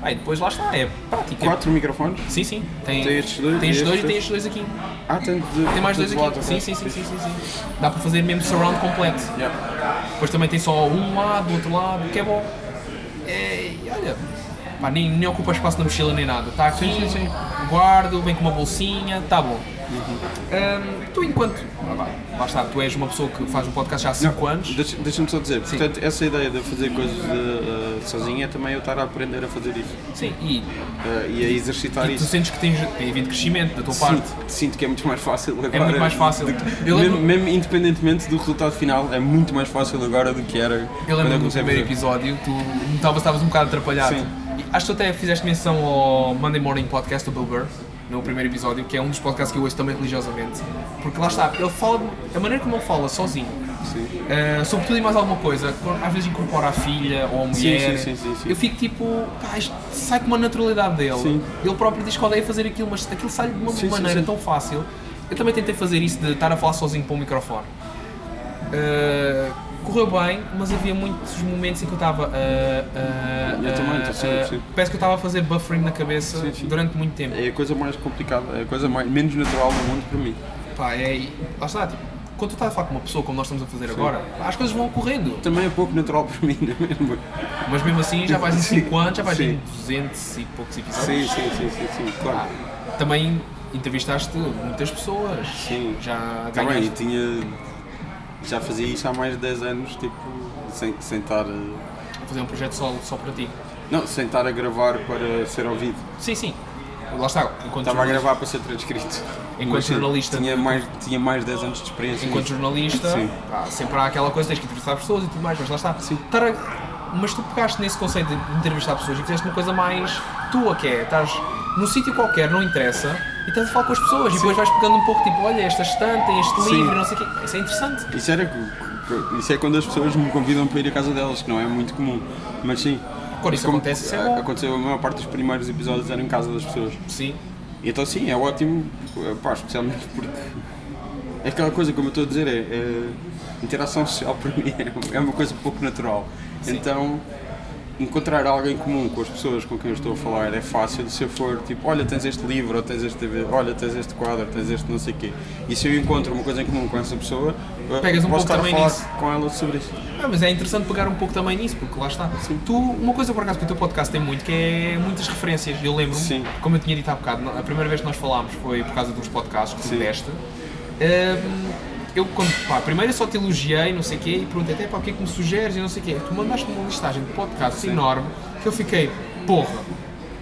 Aí depois lá está, é prático. é
Uhum. Quatro microfones?
Sim, sim. Tem,
Tem estes dois
tem estes
e
dois e
estes
tem estes dois aqui.
Ah, tem de.
Tem mais
de
dois
lado,
aqui. Sim,
ok.
sim, sim, sim, sim, sim. Dá para fazer mesmo surround completo.
Yeah.
Depois também tem só um lado, outro lado, o que é bom. É, e olha, pá, nem, nem ocupa espaço na mochila nem nada. Está aqui, guardo, vem com uma bolsinha, está bom.
Uhum.
Hum, tu enquanto. Ah, vá, lá está, tu és uma pessoa que faz um podcast já há 5 anos.
Deixa- Deixa-me só dizer, portanto, essa ideia de fazer coisas eh, eh, sozinha é também eu estar a aprender a fazer isso
Sim, e,
eh, e a exercitar
e tu
isso.
sentes que tens, tem havido crescimento da tua parte.
Sinto, sinto que é muito mais fácil agora.
É muito mais fácil.
do que-
Eu
mesmo,
lembro-
mesmo independentemente do resultado final, é muito mais fácil agora do que era
Eu
quando eu
lembro do
comecei a
primeiro
fazer.
episódio, tu notavas estavas um bocado atrapalhado.
Sim.
E Acho que tu até fizeste menção ao Monday Morning Podcast do Bill Burr, no primeiro episódio, que é um dos podcasts que eu ouço também religiosamente. Porque lá está, ele fala, de- a maneira como ele fala, sozinho,
Sim.
eh, sobre tudo e mais alguma coisa, quando às vezes incorpora a filha ou a mulher.
sim, sim, sim, sim.
Eu fico tipo, pá, isto sai com uma naturalidade dele.
Sim.
Ele próprio diz que odeia fazer aquilo, mas aquilo sai de uma
Sim, sim,
maneira
sim.
tão fácil. Eu também tentei fazer isso de estar a falar sozinho para o microfone. Uh, correu bem, mas havia muitos momentos em que eu estava. Uh, uh,
Eu também,
uh,
sim,
uh,
sim.
Parece que eu estava a fazer buffering na cabeça
Sim, sim.
durante muito tempo.
É a coisa mais complicada, é a coisa mais, menos natural do mundo para mim.
Pá, é. Lá está, tipo, quando tu estás a falar com uma pessoa, como nós estamos a fazer agora, as coisas vão ocorrendo.
Também é pouco natural para mim, não é mesmo?
Mas mesmo assim, já vais em
Sim.
5 anos, já vais em
Sim.
200 e poucos episódios.
Sim, sim, sim, sim, sim, claro.
Ah, também entrevistaste muitas pessoas.
Sim.
Já
Tá bem,
ganhaste.
e tinha. Já fazia isso há mais de 10 anos, tipo, sem, sem estar. a-
Vou fazer um projeto solo só para ti.
Não, sem estar a gravar para ser ouvido.
Sim, sim. Lá está. Enquanto
Estava a
jornalista-
gravar para ser transcrito.
Enquanto
Mas, sim,
jornalista-
Tinha mais, tinha mais de 10 anos de experiência.
enquanto
nisso.
jornalista,
Sim.
pá, sempre há aquela coisa, tens que entrevistar pessoas e tudo mais, mas lá está. Estar a- Mas tu pegaste nesse conceito de entrevistar pessoas e fizeste uma coisa mais tua, que é estás num sítio qualquer, não interessa, e estás a falar com as pessoas, e depois vais pegando um pouco, tipo, olha, esta estante, este
Sim.
livro, não sei o quê. Isso é interessante.
Isso era. que- que- Isso é quando as pessoas me convidam para ir à casa delas, que não é muito comum. Mas sim.
Quando isso
Como-
acontece, isso é bom.
Aconteceu, a maior parte dos primeiros episódios era em casa das pessoas.
Sim.
Então sim, é ótimo, pá, especialmente porque é aquela coisa como eu estou a dizer, é, é- interação social para mim é- é uma coisa pouco natural. Então encontrar alguém comum com as pessoas com quem eu estou a falar é fácil se eu for tipo, olha tens este livro, ou tens este TV, olha tens este quadro, tens este não sei o quê. E se eu encontro uma coisa em comum com essa pessoa, eh,
Pegas um pouco
posso estar a
também
falar
nisso.
com ela sobre isso.
Ah, mas é interessante pegar um pouco também nisso, porque lá está. Tu, uma coisa por acaso que o teu podcast tem muito, que é muitas referências. Eu lembro-me,
Sim.
como eu tinha dito há bocado, a primeira vez que nós falámos foi por causa dos podcasts que tu
Sim.
deste. Ahm, eu, quando, pá, primeiro eu só te elogiei, não sei o quê, e perguntei até para o que é que me sugeres e não sei o quê. Tu mandaste uma listagem de podcasts enorme que eu fiquei, porra,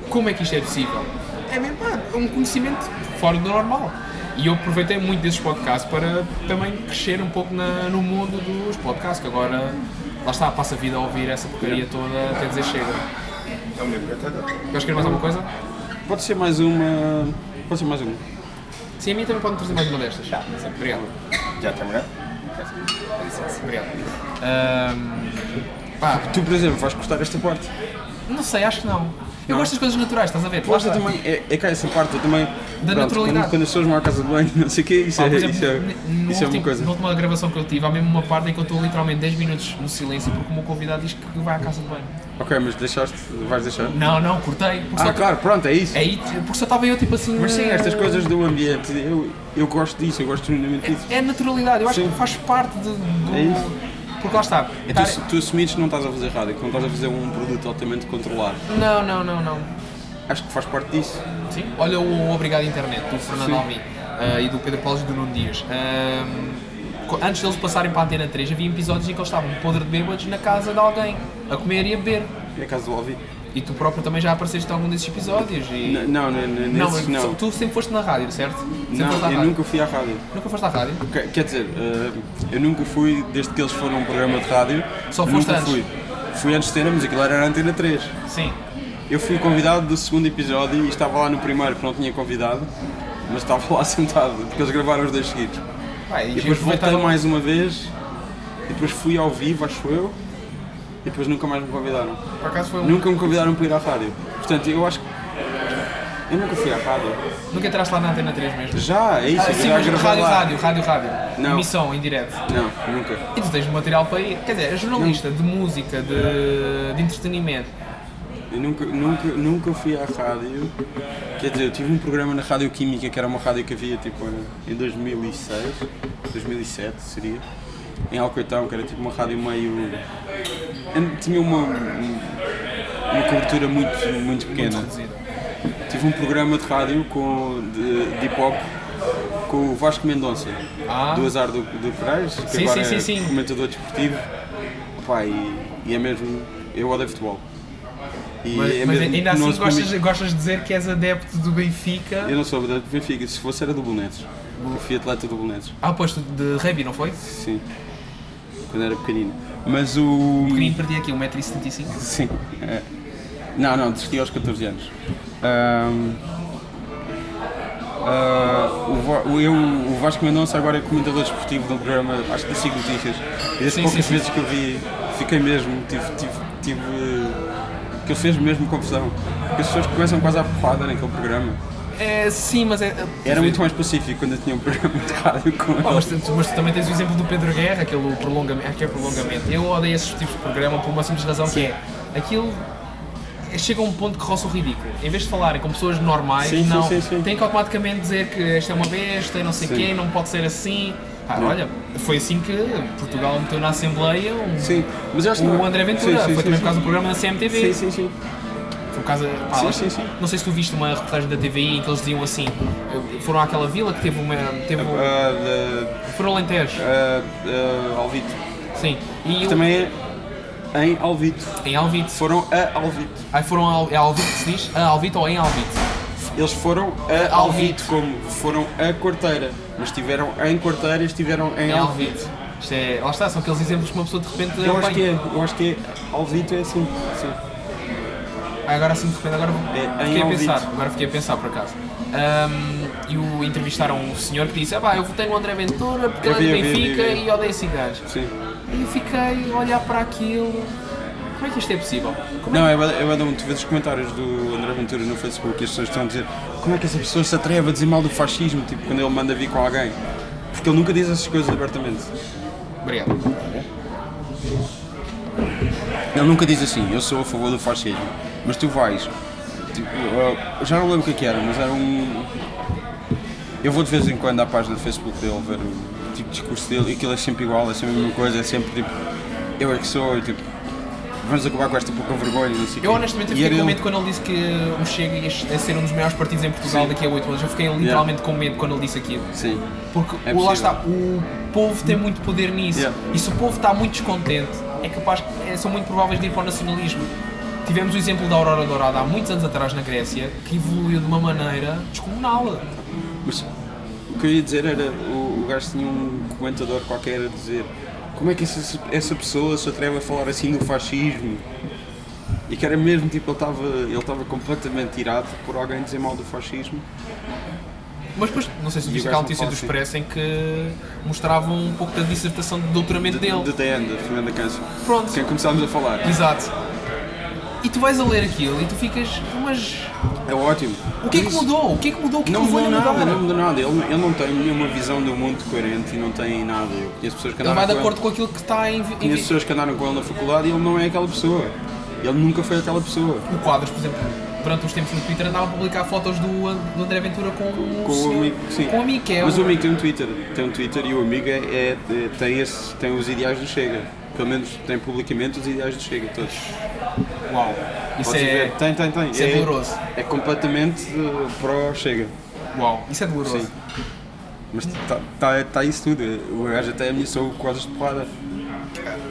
como é que isto é possível? É mesmo, pá, é um conhecimento fora do normal. E eu aproveitei muito desses podcasts para também crescer um pouco na- no mundo dos podcasts, que agora, lá está, passa a vida a ouvir essa porcaria toda até dizer chega. Queres querer mais alguma coisa?
Pode ser mais uma. Pode ser mais uma.
Sim, a mim também pode trazer mais uma destas. Obrigado.
Já terminaste?
Obrigado. Ahm, pá,
Tu, por exemplo, vais cortar esta parte.
não sei, acho que não. Eu gosto das coisas naturais, estás a ver? Lá
Gosta
está.
também, é, é cá essa parte, eu também. pronto,
naturalidade.
Quando, quando as pessoas vão à casa de banho, não sei o quê, isso,
Pá,
é,
por exemplo,
isso, é,
no
isso é uma
último-
coisa.
Na última gravação que eu tive, há mesmo uma parte em que eu estou literalmente 10 minutos no silêncio porque o meu convidado diz que vai à casa de banho.
Ok, mas deixaste, vais deixar?
Não, não, cortei. Porque
Ah,
só,
claro, pronto, é isso.
aí, porque só estava eu tipo assim.
Mas sim,
eh,
estas coisas do ambiente, eu, eu gosto disso, eu gosto genuinamente disso.
É naturalidade, eu acho
Sim.
que faz parte de, do.
É isso.
Porque lá está.
É
estar-
tu, tu assumires que não estás a fazer rádio, que não estás a fazer um produto altamente controlado.
Não, não, não, não.
Acho que faz parte disso.
Sim. Olha o Obrigado Internet do Fernando Alvim eh, e do Pedro Paulo e do Nuno Dias. Ahm, co- antes deles passarem para a Antena 3, havia episódios em que eles estavam podre de bêbados na casa de alguém, a comer e a beber.
É a casa do Alvi.
E tu próprio também já apareceste em algum desses episódios? E...
N- Não, não, não,
Não,
nesses
mas
não.
tu sempre foste na rádio, certo? Sempre foste à
Não, eu
rádio.
nunca fui à rádio.
Nunca foste à rádio?
Que- Quer dizer, eh, eu nunca fui, desde que eles foram a um programa de rádio,
Só foste
nunca
antes?
fui. Fui antes de termos, aquilo era a Antena 3.
Sim.
Eu fui convidado do segundo episódio e estava lá no primeiro, que não tinha convidado, mas estava lá sentado, porque eles gravaram os dois seguidos.
Vai,
E depois voltei mais uma vez, e depois fui ao vivo, acho eu, e depois nunca mais me convidaram.
Por acaso foi um... Nunca,
Nunca me convidaram para ir à rádio. Portanto, eu acho que. Eu nunca fui à rádio.
um- entraste lá na Antena 3 mesmo?
Já, é isso,
Ah,
eu
sim,
já
mas
gravei
rádio,
lá.
rádio, rádio, rádio.
Não.
Emissão, em direto.
Não, nunca.
E tu tens material para ir. Quer dizer, és jornalista de música, de, de entretenimento.
Eu nunca, nunca, nunca fui à rádio. Quer dizer, eu tive um programa na Rádio Química, que era uma rádio que havia tipo em 2006, 2007 seria, em Alcoitão, que era tipo uma rádio meio. tinha uma, uma cobertura muito, muito pequena.
Reduzida.
Tive um programa de rádio com, de, de hip hop com o Vasco Mendonça,
Ah.
do Azar do, do Pereiras, que
Sim,
agora
sim,
é
sim, sim.
comentador desportivo. Pá, e, e é mesmo. Eu odeio futebol. E
Mas,
é
mas
mesmo
ainda assim
nosso
gostas,
comigo.
gostas de dizer que és adepto do Benfica.
Eu não sou adepto do Benfica, se fosse era do Bolonenses. Eu fui atleta do Bolonenses,
Ah, pois, tu- de rugby, não foi?
sim. Quando era pequenino. Mas o.
Pequenino, perdi aqui 1,75m.
Sim. É. Não, não, desisti aos 14 anos. Ahm, ah, o, Va- o- eu, o Vasco Mendonça agora é comentador desportivo do programa, acho que da Sigo Notícias. E das
Sim,
poucas
sim, sim.
vezes que eu vi, fiquei mesmo, tive. tive, tive que ele fez mesmo confusão. Porque as pessoas começam quase à porrada naquele programa.
É, sim, mas é.
Era muito mais pacífico quando eu tinha um programa de rádio com
Pá, mas,
ele.
tu, mas tu também tens o exemplo do Pedro Guerra, aquele prolongamento. Aquele é prolongamento. Eu odeio esses tipos de programa por uma simples razão que é aquilo. é- Chega a um ponto que roça o ridículo. Em vez de falarem com pessoas normais,
Sim, sim,
não.
sim, sim.
Têm que automaticamente dizer que esta é uma besta, e não sei
Sim.
quê, não pode ser assim. Pá, olha, foi assim que Portugal meteu na Assembleia um,
Sim, mas eu acho que
o
não-
André Ventura.
Sim, sim,
foi
sim,
também
sim.
por causa do programa da CMTV.
Sim, sim, sim.
Por causa, pá,
Sim,
lá-
sim, sim.
Não sei se tu viste uma reportagem da TVI em que eles diziam assim: foram àquela vila que teve uma. Teve um-
Ah, da-
foram ao Alentejo.
ah, ah, Alvito.
Sim. E
Que
o-
Também é em Alvito.
em Alvite.
Foram a Alvito.
Aí foram ao, é Alvite que se diz? A Alvite ou em Alvite?
Eles foram a
Alvito.
Alvito, como foram a Quarteira. Mas estiveram em Quarteira e estiveram em
Em
Alvito.
Alvite. Isto é, lá está, são aqueles exemplos que uma pessoa de repente.
Eu acho que
apanha.
é, eu acho que é. Alvito é assim. Sim.
Ah, Agora assim de repente, agora
É, em
fiquei a
Alvite.
pensar, agora fiquei a pensar por acaso. Ahm, e o entrevistaram um senhor que disse: Ah, pá, eu votei no André Ventura porque
Eu
ele é
vi,
de
eu vi,
Benfica
vi, vi.
e odeia ciganos.
Sim.
E eu fiquei a olhar para aquilo. Como é que isto é possível? Como é
Não, é bué- é bué da muito. Tu vês os comentários do André Ventura no Facebook e as pessoas estão a dizer como é que essa pessoa se atreve a dizer mal do fascismo, tipo, quando ele manda vir com alguém. Porque ele nunca diz essas coisas abertamente.
que- Obrigado.
Ele nunca diz assim, eu sou a favor do fascismo. Mas tu vais, tipo, eu- eu já não lembro o que é que era, mas era um... Eu vou de vez em quando à página do Facebook dele ver o tipo de discurso dele e aquilo é sempre igual, é sempre a mesma coisa, é sempre tipo, eu é que sou, e, tipo, vamos acabar com esta pouca vergonha, não sei o quê.
Eu honestamente
E
fiquei
era um-
com
ele-
medo quando ele disse que o Chega ia ser um dos maiores partidos em Portugal daqui a 8 anos. Eu fiquei literalmente com medo quando ele disse aquilo.
Sim.
Porque
É
o- lá
possível.
está, o povo tem muito poder nisso.
Yeah.
E se o povo está muito descontente, é capaz, é- são muito prováveis de ir para o nacionalismo. Tivemos o exemplo da Aurora Dourada há muitos anos atrás na Grécia, que evoluiu de uma maneira descomunal.
Mas o que eu ia dizer era, o, o gajo tinha um comentador qualquer a dizer como é que essa, essa pessoa se atreve a falar assim do fascismo? E que era mesmo, tipo, ele estava ele estava completamente irado por alguém dizer mal do fascismo.
Mas depois, não sei se
E
viste
o
aquela
gajo não
notícia
fala
do Expresso
assim.
em que mostrava um pouco da dissertação de doutoramento dele.
De TN, da Fernanda Câncer.
Pronto.
De Quem começámos a falar.
Exato. E tu vais a ler aquilo e tu ficas, mas
É ótimo.
O que é que
Mas
mudou? O que é que mudou? O que é que
Não mudou
foi
nada,
mudar?
não mudou nada. Ele, ele não tem nenhuma visão do mundo coerente e não tem nada. Eu conheço pessoas que
Ele vai de
andaram com
acordo com aquilo que está em.
ele, conheço
em
pessoas que andaram com ele na faculdade e ele não é aquela pessoa. Ele nunca foi aquela pessoa.
o quadros, por exemplo, durante uns tempos no Twitter andava a publicar fotos do, An- do André Ventura com,
com o
senhor-
amigo, sim.
Com o amigo, que é
Mas
o-
o amigo tem um Twitter, tem um Twitter e o amigo é, é- tem, esse, tem os ideais do Chega. Pelo menos tem publicamente os ideais do Chega, todos.
Uau, isso
Podes
é.
ver. Tem, tem, tem.
isso é doloroso.
É completamente uh, pró-Chega.
Uau, isso é doloroso.
Sim. Mas está tá, tá isso tudo. O gajo até ameaçou quadros de porrada.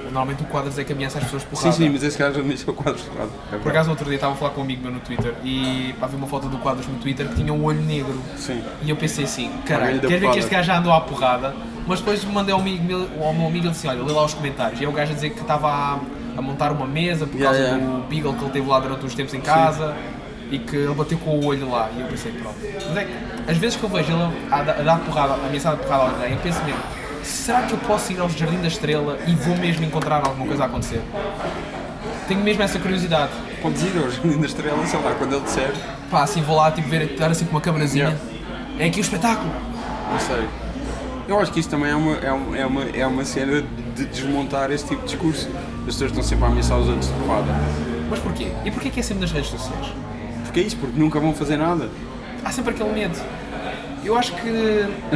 Normalmente o quadros é que ameaça as pessoas por
Sim, sim, mas esse gajo ameaçou quadros de porrada. É
Por
verdade.
acaso, no outro dia estava a falar com um amigo meu no Twitter e pá, vi uma foto do quadros no Twitter que tinha um olho negro.
Sim.
E eu pensei assim, caralho,
Alguém deu
quer ver que
porrada.
este gajo já andou à porrada? Mas depois mandei ao, amigo, meu- ao meu amigo ele disse, assim, olha, lê lá os comentários. E é o gajo a dizer que estava a, a montar uma mesa por
Yeah,
causa
yeah.
do Beagle que ele teve lá durante uns tempos em casa e que ele bateu com o olho lá. E eu pensei, pronto. Mas é que às vezes que eu vejo ele a, da- a dar porrada, a ameaçar de porrada a alguém, eu penso mesmo, será que eu posso ir ao Jardim da Estrela e vou mesmo encontrar alguma coisa a acontecer? Tenho mesmo essa curiosidade.
Podes ir ao Jardim da Estrela, sei lá, quando ele disser.
Pá, assim, vou lá, tipo, ver, estar assim com uma câmerazinha.
Yeah.
É aqui o espetáculo.
Não sei. Eu acho que isso também é uma, é uma, é uma, é uma cena de desmontar esse tipo de discurso. As pessoas estão sempre a ameaçar os outros de porrada.
Mas porquê? E porquê que é sempre nas redes sociais?
Porque é isso, porque nunca vão fazer nada.
Há sempre aquele medo. Eu acho que.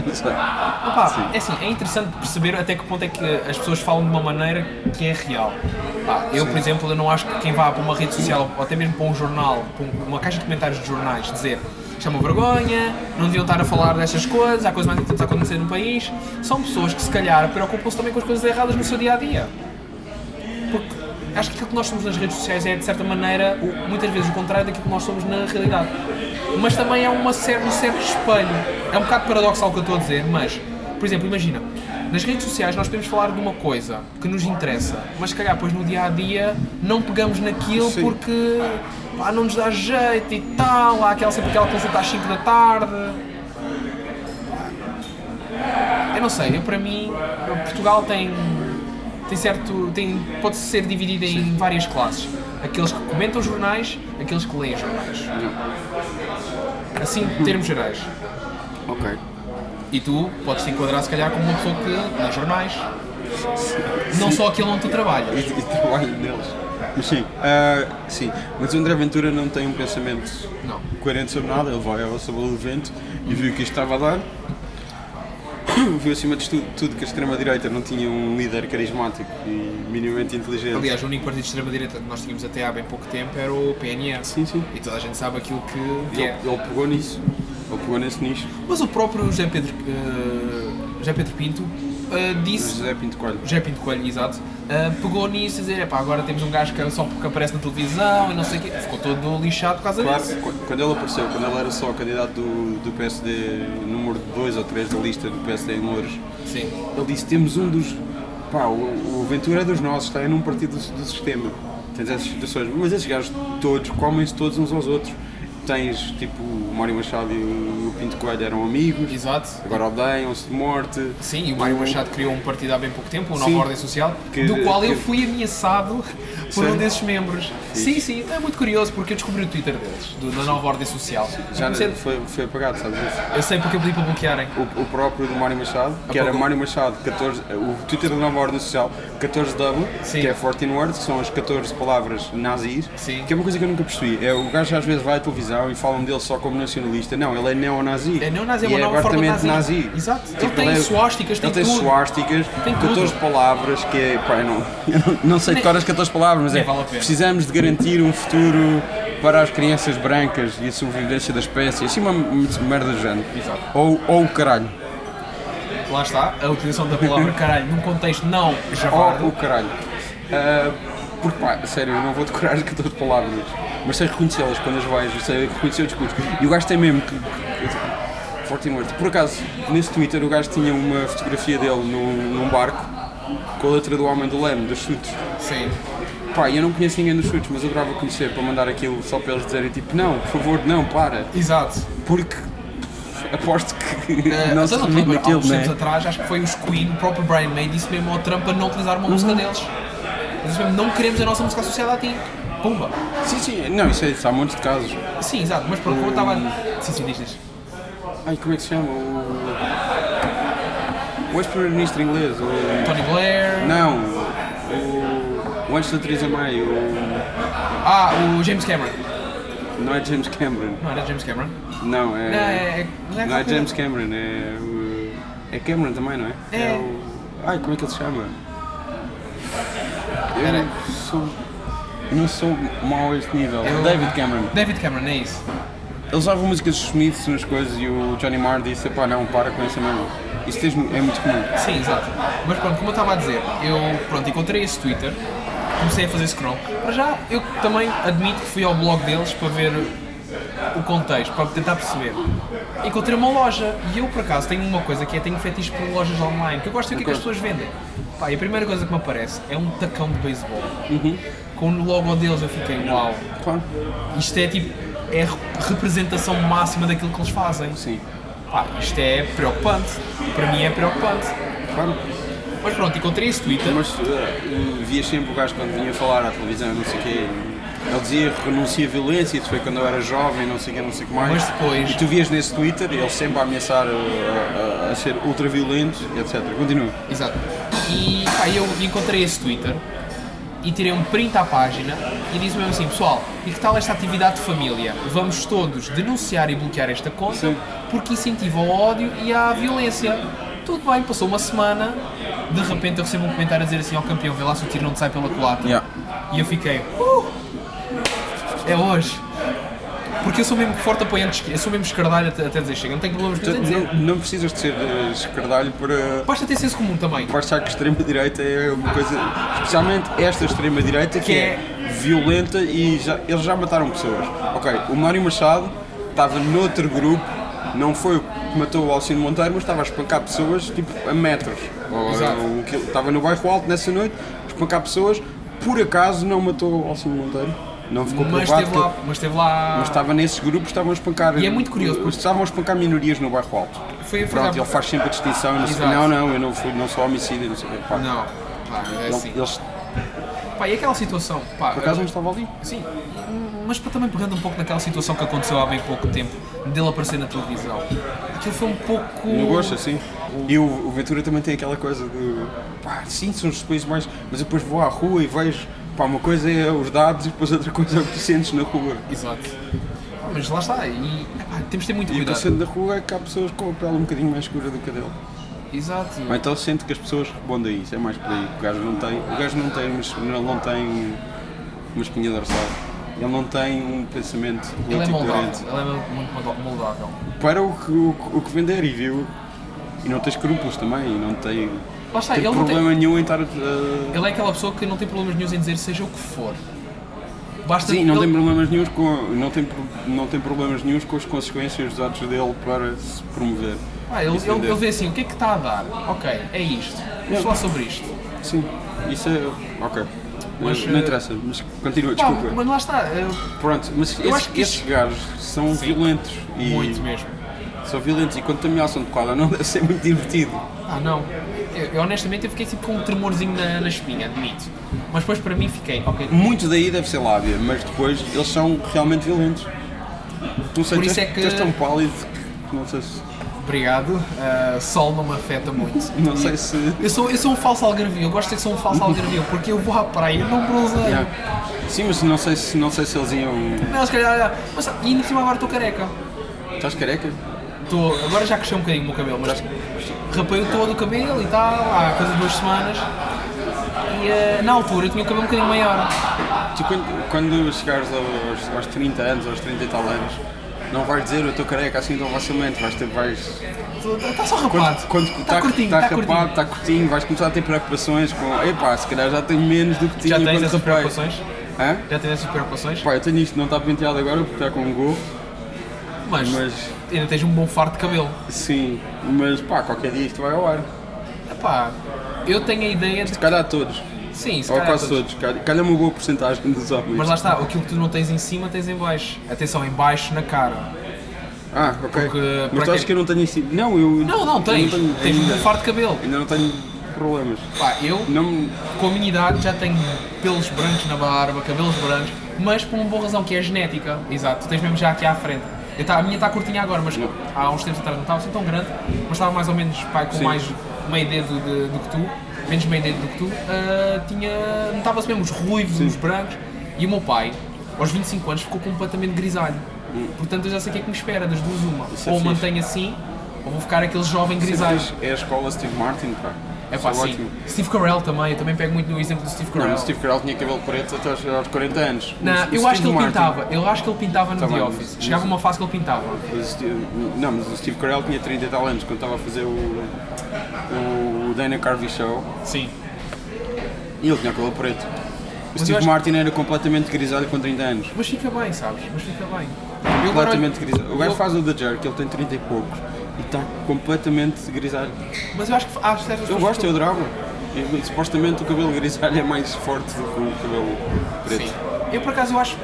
Não sei.
Opá, é assim, é interessante perceber até que ponto é que as pessoas falam de uma maneira que é real. Pá, eu, por exemplo, eu não acho que quem vá para uma rede social ou até mesmo para um jornal, para um- uma caixa de comentários de jornais, dizer isto é uma vergonha, não deviam estar a falar destas coisas, há coisas mais importantes a acontecer no país, são pessoas que se calhar preocupam-se também com as coisas erradas no seu dia a dia. Porque acho que aquilo que nós somos nas redes sociais é, de certa maneira, o- muitas vezes o contrário daquilo que nós somos na realidade. Mas também é uma cer- um certo espelho. É um bocado paradoxal o que eu estou a dizer, mas, por exemplo, imagina, nas redes sociais nós podemos falar de uma coisa que nos interessa, mas se calhar depois no dia a dia não pegamos naquilo
Sim.
porque pá, não nos dá jeito e tal, há aquela, sempre aquela consulta às 5 da tarde. Eu não sei, eu para mim, Portugal tem, tem certo. Tem, pode ser dividido em várias classes. Aqueles que comentam jornais, aqueles que leem jornais. Assim, em termos gerais.
Ok.
E tu podes te enquadrar, se calhar, como uma pessoa que lê jornais. Não só aquele onde tu
E,
trabalhas.
e trabalho deles. Mas sim, ah, sim. Mas o André Ventura não tem um pensamento
Não.
coerente sobre nada. Ele vai ao sabor do vento e viu o que isto estava a dar. viu acima de tudo, tudo que a extrema-direita não tinha um líder carismático e minimamente inteligente.
Aliás, o único partido de extrema-direita que nós tínhamos até há bem pouco tempo era o PNR.
Sim, sim.
E toda a gente sabe aquilo que,
Ele,
que é.
ele pegou nisso. Ele pegou nesse nicho.
Mas o próprio José Pedro, eh, José Pedro Pinto eh,
Mas
disse
José Pinto Coelho.
O José Pinto Coelho, exato, ah, pegou nisso e dizer, "Epá, agora temos um gajo que só porque aparece na televisão e não sei o quê. Ficou todo lixado por causa
Claro,
disso.
qu- quando ele apareceu, quando ele era só candidato do, do PSD, número 2 ou 3 da lista do PSD em Louros,
Sim.
ele disse: Temos um dos. Pá, o, o Ventura é dos nossos, está aí num partido do, do sistema. Tens essas situações. Mas esses gajos todos comem-se todos uns aos outros. Tens tipo o Mário Machado e o Pinto Coelho eram amigos,
Exato.
agora odeiam-se de morte.
Sim, e o Mário Machado criou um partido há bem pouco tempo, o Nova
Sim.
Ordem Social,
Que-
do qual eu
que-
fui ameaçado por
Sério?
um desses membros. Sim, sim, é muito curioso porque eu descobri o Twitter deles, do, da Nova Ordem Social.
Já
Comecei-
foi, foi apagado, sabes isso?
eu sei porque eu pedi para bloquearem.
O, o próprio do Mário Machado, que era
pouco-
Mário Machado, 14, o Twitter da nova ordem social, 14W,
Sim.
que é 14 words, que são as 14 palavras nazis,
Sim.
que é uma coisa que eu nunca percebi. É, o gajo às vezes vai à televisão e falam dele só como nacionalista. Não, ele é neonazi.
É neonazi, é
E
uma nova forma de
abertamente
nazi.
nazi.
Exato. Ele tem
é-
suásticas, tem
Ele tem
tudo.
suásticas,
Tem tudo.
14 palavras, que é. Pá, eu não, eu não- não sei decorar as 14 palavras, mas
nem
é.
vale a pena.
Precisamos de garantir um futuro para as crianças brancas e a sobrevivência da espécie. Assim, uma merda do género.
Exato.
Ou, ou o caralho.
Lá está, a utilização da palavra caralho num contexto não javardo.
Oh, o caralho. Ah, porque pá, sério, eu não vou decorar as 14 palavras, mas sei reconhecê-las quando as vais, eu sei reconhecer o discurso. E o gajo tem mesmo que. que- 14 words. Por acaso, nesse Twitter o gajo tinha uma fotografia dele num, num barco com a letra do Homem do Leme, dos chutes.
Sim.
Pá, eu não conheço ninguém dos chutes, mas eu adorava conhecer para mandar aquilo só para eles dizerem tipo, não, por favor, não, para.
Exato.
Porque aposto que
Eh,
não
até
se
não lembro,
remete
há
naquilo,
uns tempos
né?
atrás, acho que foi os Queen, o próprio Brian May disse mesmo ao Trump para não utilizar uma
Uhum.
música deles. Ele Disse mesmo, não queremos a nossa música associada a ti. Pumba.
Sim, sim, não, isso é isso, há montes de casos.
Sim, exato, mas pronto, como eu estava.
Hum.
Sim, sim, diz, diz.
Ai, como é que se chama? O, o ex-primeiro-ministro inglês. O...
Tony Blair.
Não, o... o antes da Theresa May. O...
Ah, o James Cameron.
Não é James Cameron.
Não era James Cameron? Não,
Não,
é.
é.
é- Não é,
Não é
qualquer-
James Cameron, é. o- É Cameron também, não é?
É.
o... Ai, como é que ele se chama?
Peraí.
Eu sou. eu não sou mau a este nível.
É o-
David Cameron.
David Cameron, é isso.
Ele usava músicas dos Smiths nas coisas e o Johnny Marr disse: pá, não, para com essa merda. Isso tens- é muito comum.
Sim, exato. Mas pronto, como eu estava a dizer, eu pronto, encontrei esse Twitter, comecei a fazer scroll. Para já, eu também admito que fui ao blog deles para ver o contexto, para tentar perceber. Encontrei uma loja e eu, por acaso, tenho uma coisa que é tenho fetiche por lojas online, que eu gosto de ver o que, é que as pessoas vendem. Pá, e a primeira coisa que me aparece é um tacão de beisebol. Com o logo deles eu fiquei, uau,
Claro.
isto é tipo, é a rep- representação máxima daquilo que eles fazem.
Sim.
Pá, isto é preocupante. Para mim é preocupante.
Claro.
Mas pronto, encontrei esse Twitter.
Mas uh, via sempre o gajo quando vinha falar à televisão, não sei o quê. Ele dizia renuncia à violência, isso foi quando eu era jovem, não sei o quê, não sei o que mais.
Mas depois-
E tu vias nesse Twitter ele sempre a ameaçar uh, a, a ser ultraviolento, etc. Continua.
Exato. E pá, eu encontrei esse Twitter e tirei um print à página e disse mesmo assim, pessoal, e que tal esta atividade de família? Vamos todos denunciar e bloquear esta conta
Sim.
porque incentiva o ódio e à violência. Tudo bem, passou uma semana, de repente eu recebo um comentário a dizer assim, ó campeão, vê lá se o tiro não te sai pela culata.
Yeah.
E eu fiquei, "Uh, é hoje. Porque eu sou mesmo forte apoiante, de esquerda, eu sou mesmo escardalho até, até dizer chega, não tenho problemas nenhum em
Portanto,
dizer.
não, não precisas de ser uh, escardalho para.
Basta ter senso comum também.
para achar que a extrema-direita é uma coisa. Especialmente esta extrema-direita que,
Que é-
é violenta e já, eles já mataram pessoas. Ok, o Mário Machado estava noutro grupo, não foi o que matou o Alcino Monteiro, mas estava a espancar pessoas tipo a metros. Ou-
Exato.
ou que- estava no bairro alto nessa noite, a espancar pessoas, por acaso não matou o Alcino Monteiro. Não ficou
Mas
provado
teve
que-
lá, mas teve lá.
mas tá- estava nesses grupos, estavam a espancar.
E é muito curioso, porque-
Estavam a espancar minorias no bairro alto.
Foi- foi
Pronto,
lá-
ele faz sempre a distinção. Não, sei-
Exato.
não, não, eu não, fui, não sou homicida, não sei. Pá,
Não, pá, é
não,
assim.
Eles,
Pá, e aquela situação? Pá,
por acaso, não estavam ali.
Sim, mas para também pegando um pouco naquela situação que aconteceu há bem pouco tempo, dele aparecer na televisão. Aquilo foi um pouco.
No gosto, assim. E o, o Ventura também tem aquela coisa de. Pá, sim, são os países mais. Mas eu depois vou à rua e vejo. Pá, uma coisa é os dados e depois outra coisa é o que tu sentes na rua.
Exato. Pá, Mas lá está, e epá, temos de ter muito
E o que eu
cuidado.
sinto na rua é que há pessoas com a pele um bocadinho mais escura do que a dele.
Exato.
Ou então sente que as pessoas respondem a isso, é mais por aí. O gajo não tem, o gajo não tem, mas ele não tem uma espinha dorsal. Ele não tem um pensamento
Ele é
político
moldável,
coerente.
ele é muito molda- moldável.
Para o que, o, que- o que vender e viu. E não tem escrúpulos também, e não tem,
Lá está,
tem
ele, não tem-
problema nenhum em estar. a-
ele é aquela pessoa que não tem problemas nenhum em dizer seja o que for. Basta
Sim, não
ele-
tem problemas nenhum com, não tem, pro- não tem problemas nenhum com as consequências dos atos dele para se promover.
Ah, ele,
Isso
ele,
entendeu?
ele vê assim, o que é que está a dar? Ok, é isto. Vamos
Não.
falar sobre isto.
Sim, isso é. Ok.
Mas,
Mas, não
eh,
interessa, mas continua,
Pá,
desculpa.
mas lá está. eu-
Pronto, mas
Eu
esses,
acho que
esses
isso-
gajos são
Sim.
violentos e
Muito mesmo.
são violentos e quando te ameaçam de quadra não deve ser muito divertido.
Ah, não. Eu, eu, honestamente eu fiquei tipo com um tremorzinho na, na espinha, admito. Mas depois para mim fiquei, ok.
Muito daí deve ser lábia, mas depois eles são realmente violentos. Não sei,
Por
tu
isso
és-
é que-
tu és tão pálido que não sei se.
Obrigado. ah, sol não me afeta muito.
Não
E-
sei se.
Eu sou, eu sou um falso algarvio, eu gosto de ser que sou um falso algarvio, porque eu vou à praia, eu não bronzeio.
Yeah. Sim, mas não sei se, não sei se eles iam.
Não, se calhar, ah, mas, e ainda por cima agora estou careca.
Estás careca?
Tô, agora já cresceu um bocadinho o meu cabelo, mas rapei todo o cabelo e tal, há coisa de duas semanas. E eh, na altura eu tinha o cabelo um bocadinho maior.
Tu quando, quando chegares aos, aos 30 anos, aos 30 e tal anos, não vais dizer eu estou careca assim tão facilmente, vais ter. Vais...
Está tá só rapado.
Quando
Está
tá-
curtinho,
tá
está
rapado,
curtinho.
está curtinho, vais começar a ter preocupações com. Epá, se calhar já tenho menos do que tinha
Já tens
quando
essas
rapei."
preocupações?
Hã?
Já tens essas preocupações?
Pá, eu tenho isto, não está penteado agora porque está com um gol.
Mas,
Mas-
ainda tens um bom farto de cabelo.
Sim, mas pá, qualquer dia isto vai ao ar.
Epá, eu tenho a ideia de
Se calhar a todos.
que sim, se
Ou
calhar
quase
todos.
todos. Calha- Calha-me uma boa porcentagem dos homens.
Mas lá está, aquilo que tu não tens em cima tens em baixo. Atenção, em baixo na cara.
Ah, ok.
Porque, para
mas tu achas
quem-
que eu não tenho isso? Não, eu.
Não, não,
eu
tens.
tenho
tens
ainda,
um farto de cabelo.
ainda não tenho problemas.
Pá, eu,
Não me-
com a minha idade, já tenho pelos brancos na barba, cabelos brancos, mas por uma boa razão, que é a genética. Exato, tu tens mesmo já aqui à frente. Eu tá- a minha está curtinha agora, mas há uns tempos atrás não estava assim tão grande, mas estava mais ou menos pá, com
Sim.
mais meio dedo de- do que tu, menos meio dedo do que tu. ah, tinha, notava-se mesmo os ruivos, os brancos, e o meu pai, aos 25 anos, ficou completamente grisalho. Portanto, eu já sei o que é que me espera, das duas uma.
Hum. Isso é
ou
fixe.
mantenho assim, ou vou ficar aquele jovem grisalho.
Sempre fiz- É a escola Steve Martin, pá.
É
Isso
pá, sim.
ótimo.
Steve Carell também, eu também pego muito no exemplo do Steve
Não,
Carell.
o Steve Carell tinha cabelo preto até aos, aos 40 anos.
Não,
O-
eu
o
acho que
Steve
ele
Martin-
pintava, eu acho que ele pintava no
Tá
The
bem,
Office.
mas-
Chegava
mas-
uma fase que ele pintava.
o Steve- Não, mas o Steve Carell tinha 30 e tal anos quando estava a fazer o, o Dana Carvey Show
Sim.
e ele tinha cabelo preto. O
eu
Steve
acho-
Martin era completamente grisalho com 30 anos.
Mas fica bem, sabes? Mas fica bem. Eu agora olho-
Completamente grisalho. O gajo
eu-
faz o The Jerk, ele tem 30 e poucos e está completamente grisalho.
Mas eu acho que há certas
Eu
pessoas
gosto,
que-
eu adorava. E, e, supostamente o cabelo grisalho é mais forte do que o cabelo preto.
Sim. Eu por acaso eu acho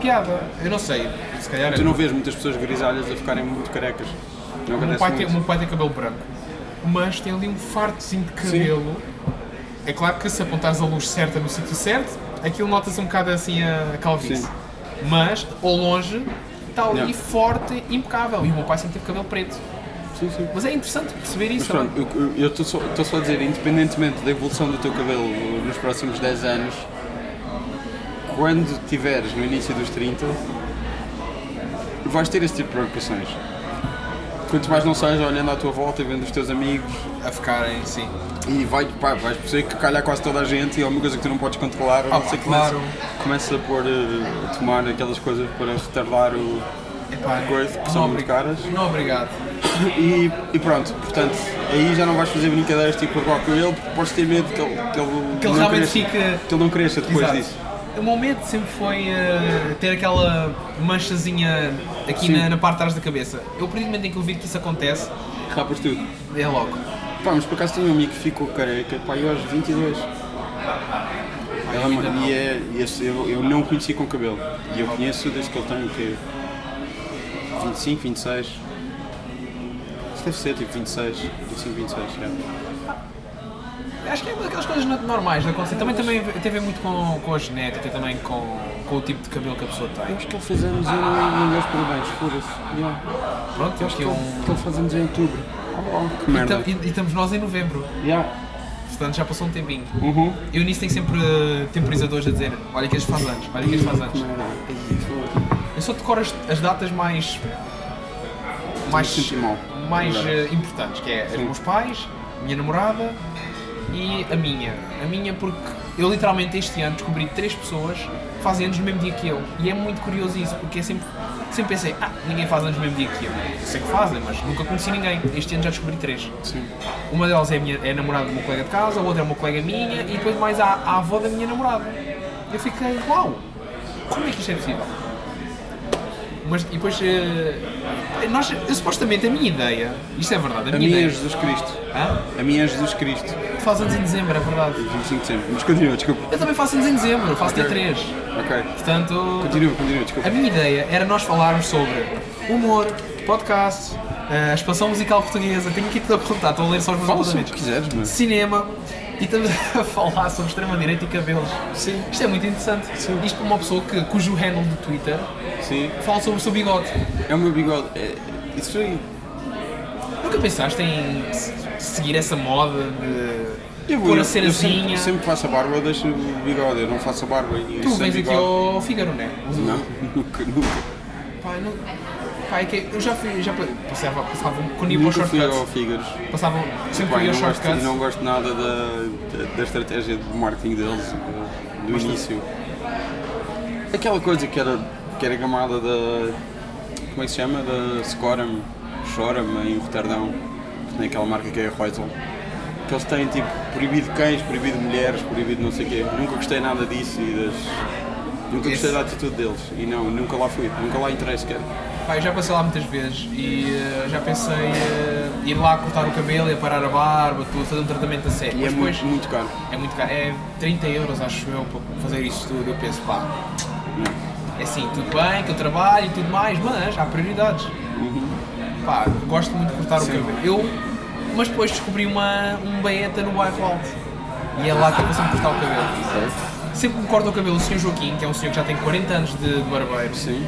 piada. Eu não sei, se calhar. é
Tu não vês muitas pessoas grisalhas a ficarem muito carecas. Não
O meu,
acontece
pai tem, o
muito.
meu pai tem cabelo branco, mas tem ali um fartozinho de cabelo. É claro que se apontares a luz certa no sítio certo, aquilo nota-se um bocado assim a calvície.
Sim.
Mas, ao longe, está ali
Yeah.
forte, impecável. E o meu pai sempre teve cabelo preto.
Sim, sim.
Mas é interessante perceber
Mas
isso. é
pronto, eu estou só, tô só a dizer, independentemente da evolução do teu cabelo nos próximos 10 anos, quando tiveres no início dos 30, vais ter esse tipo de preocupações. Quanto mais não seja olhando à tua volta e vendo os teus amigos,
a ficarem, sim.
e vai, pá, vais perceber que calha quase toda a gente e é uma coisa que tu não podes controlar, a
Ah,
não ser que
claro.
começa a pôr, eh, a tomar aquelas coisas para retardar o.
Epá,
Coisa que são muito
obri-
caras.
Não, obrigado.
E, e pronto, portanto, aí já não vais fazer brincadeiras tipo igual com ele, porque podes ter medo que ele, que ele,
Que ele
não
realmente
cresça,
fica.
que ele não cresça depois
Exato.
disso.
O meu medo sempre foi eh, ter aquela manchazinha aqui
Sim.
na, na parte de trás da cabeça. Eu, a partir do momento em que eu vi que isso acontece,
Rapas tudo.
é logo.
Pá, mas por acaso tenho um amigo que ficou careca, pá, eu aos 22. Ela-
eu ainda não.
e é, e esse- eu, eu não o conheci com cabelo. E eu conheço desde que ele tem o quê? 25, 26. Isto deve ser tipo 26, 25, 26. É.
Acho que é uma daquelas coisas no- normais de acontecer. Também, também tem a ver muito com, com a genética, também com, com o tipo de cabelo que a pessoa
Eu
tem.
acho que ele fez anos e eu não não dei os parabéns, foda-se. Yeah.
Pronto, acho que é um.
ele faz anos em outubro. Oh, oh, que
E, tam-
merda.
e- e estamos nós em novembro,
Yeah.
portanto já passou um tempinho.
Uhum.
Eu nisso tenho sempre eh, temporizadores a dizer: olha que este faz anos, olha que este faz anos. Eu só decoro as, as datas mais. mais.
senti mal.
mais
Agora.
eh, importantes, que é os meus pais, minha namorada e a minha. A minha porque eu literalmente este ano descobri três pessoas que fazem anos no mesmo dia que eu. E é muito curioso isso, porque é sempre, sempre pensei, ah, ninguém faz anos no mesmo dia que eu. Sei que fazem, mas nunca conheci ninguém. Este ano já descobri três.
Sim.
Uma delas é, a minha, é a namorada do meu colega de casa, a outra é uma colega minha e depois mais a, a avó da minha namorada. Eu fiquei, uau, como é que isto é possível? Mas e depois, eh, nós, eu, supostamente a minha ideia, isto é verdade, a minha,
A minha é
ideia
Jesus Cristo.
Hã?
A minha é Jesus Cristo.
faz anos em dezembro, é verdade.
25 de sempre. Mas continua, desculpa.
Eu também faço anos em dezembro, faço dia
Ok.
3.
Ok.
Portanto,
Continua, continua,
a
desculpa.
minha ideia era nós falarmos sobre humor, podcast, eh, a expansão musical portuguesa, tenho aqui tudo apontado, estou a ler só os meus
Fala sobre o
apontamentos.
que quiseres, mano.
cinema e estamos a falar sobre extrema-direita e cabelos. Sim. Isto é muito interessante.
Sim.
Isto para uma pessoa que, cujo handle do Twitter
Sim.
fala sobre o seu bigode.
É o meu bigode. É, isso aí.
Nunca pensaste em se- seguir essa moda de
Eu, vou-
pôr a
eu sempre,
cerazinha?
eu sempre faço a barba, eu deixo o bigode. Eu não faço a barba. E
Tu
sem
vens aqui
bigode-
ao Figaro, né?
Não, nunca, nunca.
Pai, não... Pai, que eu já fui, já pa- passava, passava um coninho para o
Nunca fui ao
shortcut.
Figures.
Passava um, sempre
Pá,
ia
eu
ao
não gosto,
shortcut.
eu não gosto nada da, da, da estratégia de marketing deles, eh, do- do início. Aquela coisa que era, que era gamada da. Como é que se chama? Da Scoram, Choram em Roterdão, que tem aquela marca que é a Reusel. Que eles têm tipo proibido cães, proibido mulheres, proibido não sei o quê. Nunca gostei nada disso e das. Nunca
Esse-
gostei da atitude deles. E não, nunca lá fui, nunca lá entrei sequer.
Pai, já passei lá muitas vezes e eh, já pensei eh, ir lá cortar o cabelo e aparar a barba, tudo, fazer um tratamento a sério.
E é
Mas depois-
muito, muito caro.
É muito caro, é 30 euros acho eu para fazer isso tudo. Eu penso, pá, é assim, tudo bem que eu trabalho e tudo mais, mas há prioridades. Pá, gosto muito de cortar o cabelo. Eu, mas depois descobri uma, um baeta no bairro alto e é lá que eu vou sempre cortar o cabelo. Sempre que me corta o cabelo o senhor Joaquim, que é um senhor que já tem 40 anos de, de barbeiro,
Sim.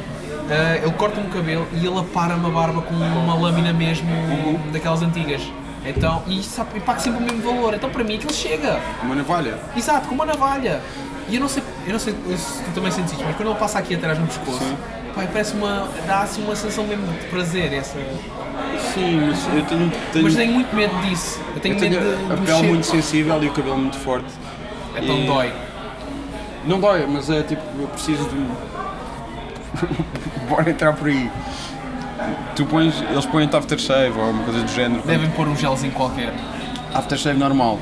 ah, ele corta-me o cabelo e ele apara-me a barba com uma lâmina mesmo daquelas antigas. Então, e isso e paga sempre o mesmo valor. Então para mim aquilo chega.
Uma navalha.
Exato, com uma navalha. E eu não sei, eu não sei se tu também sentes isto, mas quando ele passa aqui atrás no pescoço,
Sim.
pá, parece uma. dá assim uma sensação mesmo de prazer. Essa...
Sim, mas eu tenho. tenho
Mas tenho muito medo disso. Eu tenho
Eu
medo
tenho
de, de
a
mexer.
pele muito sensível e o cabelo muito forte.
Então
e-
dói.
Não dói, mas é tipo, eu preciso de. Bora entrar por aí. Tu pões, eles põem aftershave ou uma coisa do género.
Devem pôr um gelzinho qualquer.
Aftershave normal.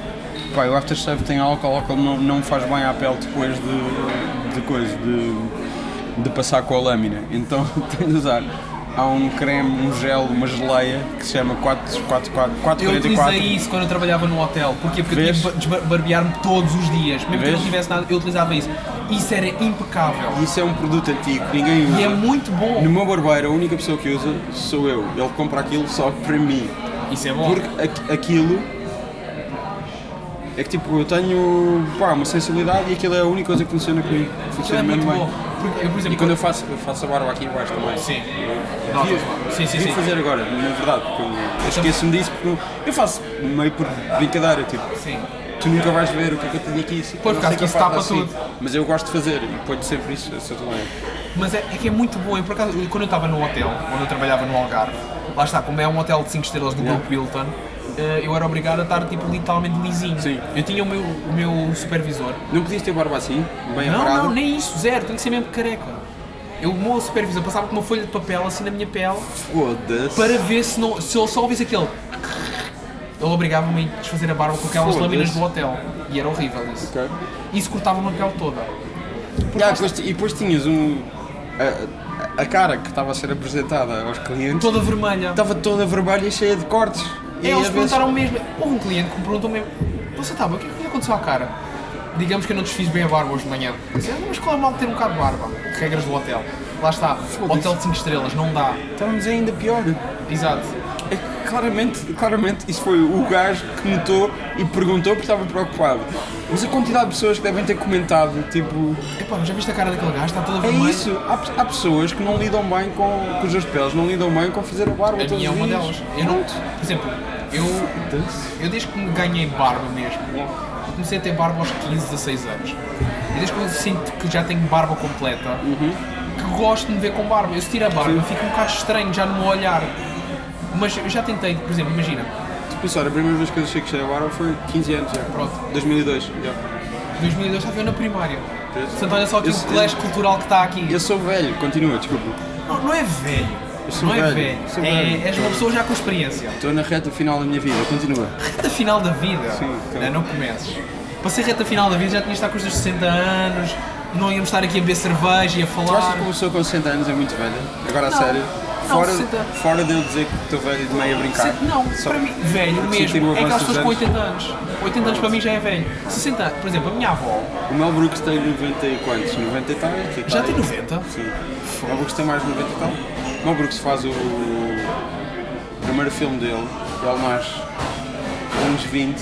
Pá, o aftershave tem álcool, álcool não, não faz bem à pele depois de, de coisa, de, de passar com a lâmina. Então tenho de usar. Há um creme, um gel, uma geleia que se chama 4, 4, 4,
Eu
444.
utilizei isso quando eu trabalhava no hotel. Porquê? Porque
Vês?
eu tinha de ba- desbarbear-me todos os dias. Mesmo que eu
Vês?
não tivesse nada, eu utilizava isso. Isso era impecável.
Isso é um produto antigo, ninguém usa.
E é muito bom.
No meu barbeiro, a única pessoa que usa sou eu. Ele compra aquilo só para mim.
Isso é bom.
Porque aqu- aquilo. É que tipo, eu tenho pá, uma sensibilidade e aquilo é a única coisa que funciona comigo.
Aquilo
Funciona
é muito
mesmo bem.
bom. Porque eu, por exemplo,
E quando eu faço, eu faço a barba aqui em baixo também.
Sim.
Eu-
Notas
devia-
lá. Sim, sim,
devia
sim. Então-
fazer agora, na verdade, porque eu- eu esqueço-me disso porque eu- eu faço meio por brincadeira, tipo,
Sim.
tu nunca vais ver o que é que eu tenho aqui.
Pois,
eu não
porque
sei o que eu
isso
faço
tapa
assim.
tudo.
Mas eu gosto de fazer e ponho sempre isso, essa também.
Mas é, é que é muito bom. Eu, por acaso, eu- quando eu estava no hotel, quando eu trabalhava no Algarve, lá está, como é um hotel de 5 estrelas do grupo Hilton, eh, eu era obrigado a estar tipo, literalmente lisinho.
Sim.
Eu tinha o meu, o meu supervisor.
Não podias ter barba assim, bem
não,
aparada?
não, nem isso, zero, tem que ser mesmo careca. Eu, o meu supervisor passava com uma folha de papel assim na minha pele
Foda-se.
para ver se, não, se ele só ouvisse aquele. Ele obrigava-me a desfazer a barba com aquelas
Foda-se.
lâminas do hotel. E era horrível isso.
Ok.
Isso cortava-me a pele toda.
Ah, depois ti- e depois tinhas um. A, a cara que estava a ser apresentada aos clientes
Toda vermelha.
estava toda vermelha e cheia de cortes. E
É, eles
às vezes-
perguntaram mesmo. Houve um cliente que me perguntou mesmo: Você estava, o que é que lhe aconteceu à cara? Digamos que eu não desfiz bem a barba hoje de manhã. Eu Disse, "Ah, mas qual é mal de ter um bocado de barba? Regras do hotel. Lá está, hotel de 5 estrelas, não dá.
Estávamos ainda pior.
Exato.
É que claramente, claramente, isso foi o gajo que notou e perguntou porque estava preocupado. Mas a quantidade de pessoas que devem ter comentado, tipo,
Epá, mas já viste a cara daquele gajo? Está toda
é
vermelha.
isso. Há, pe- há pessoas que não lidam bem com, com os seus peles, não lidam bem com fazer a barba
A
todos
minha é
os
uma
dias.
delas. Eu não. Por exemplo, eu. Eu desde que me ganhei barba mesmo, eu comecei a ter barba aos 15, 16 anos. E desde que eu sinto que já tenho barba completa,
Uhum.
que gosto de me ver com barba. Eu se tiro a barba, fico um bocado estranho já no meu olhar. Mas eu já tentei, por exemplo, imagina, tu
pensar, Tipo, a primeira vez que eu achei que cheguei à barba foi 15 anos já.
Pronto.
2002. já.
2002 estava eu na primária.
Pois.
Portanto, olha só que
Esse-
o colégio cultural que está aqui.
Eu sou velho, continua, desculpa.
Não, não é velho.
Eu sou
Não é
velho,
velho.
sou
É,
velho.
és uma pessoa já com experiência.
Estou na reta final da minha vida, continua.
Reta final da vida.
Sim, então.
Não, não comeces. Para ser reta final da vida já tinhas de estar com os teus 60 anos, não íamos estar aqui a beber cerveja e a
Tu achas
falar.
que uma pessoa com 60 anos é muito velha? Agora a
Não.
sério?
Não,
Fora,
60.
fora de eu dizer que estou velho de meio a brincar.
Se- Não,
Só-
para mim, velho
porque senti
mesmo.
o
É aquelas
avanço dos
pessoas com
anos.
80 anos. 80 anos para mim já é velho. 60 anos, por exemplo, a minha avó
O Mel Brooks tem 90 e quantos? 90 e tal? e tal.
já tem 90.
Sim. O Mel Brooks tem mais de 90 e tal. O Mel Brooks faz o o primeiro filme dele, ele nasce com uns 20.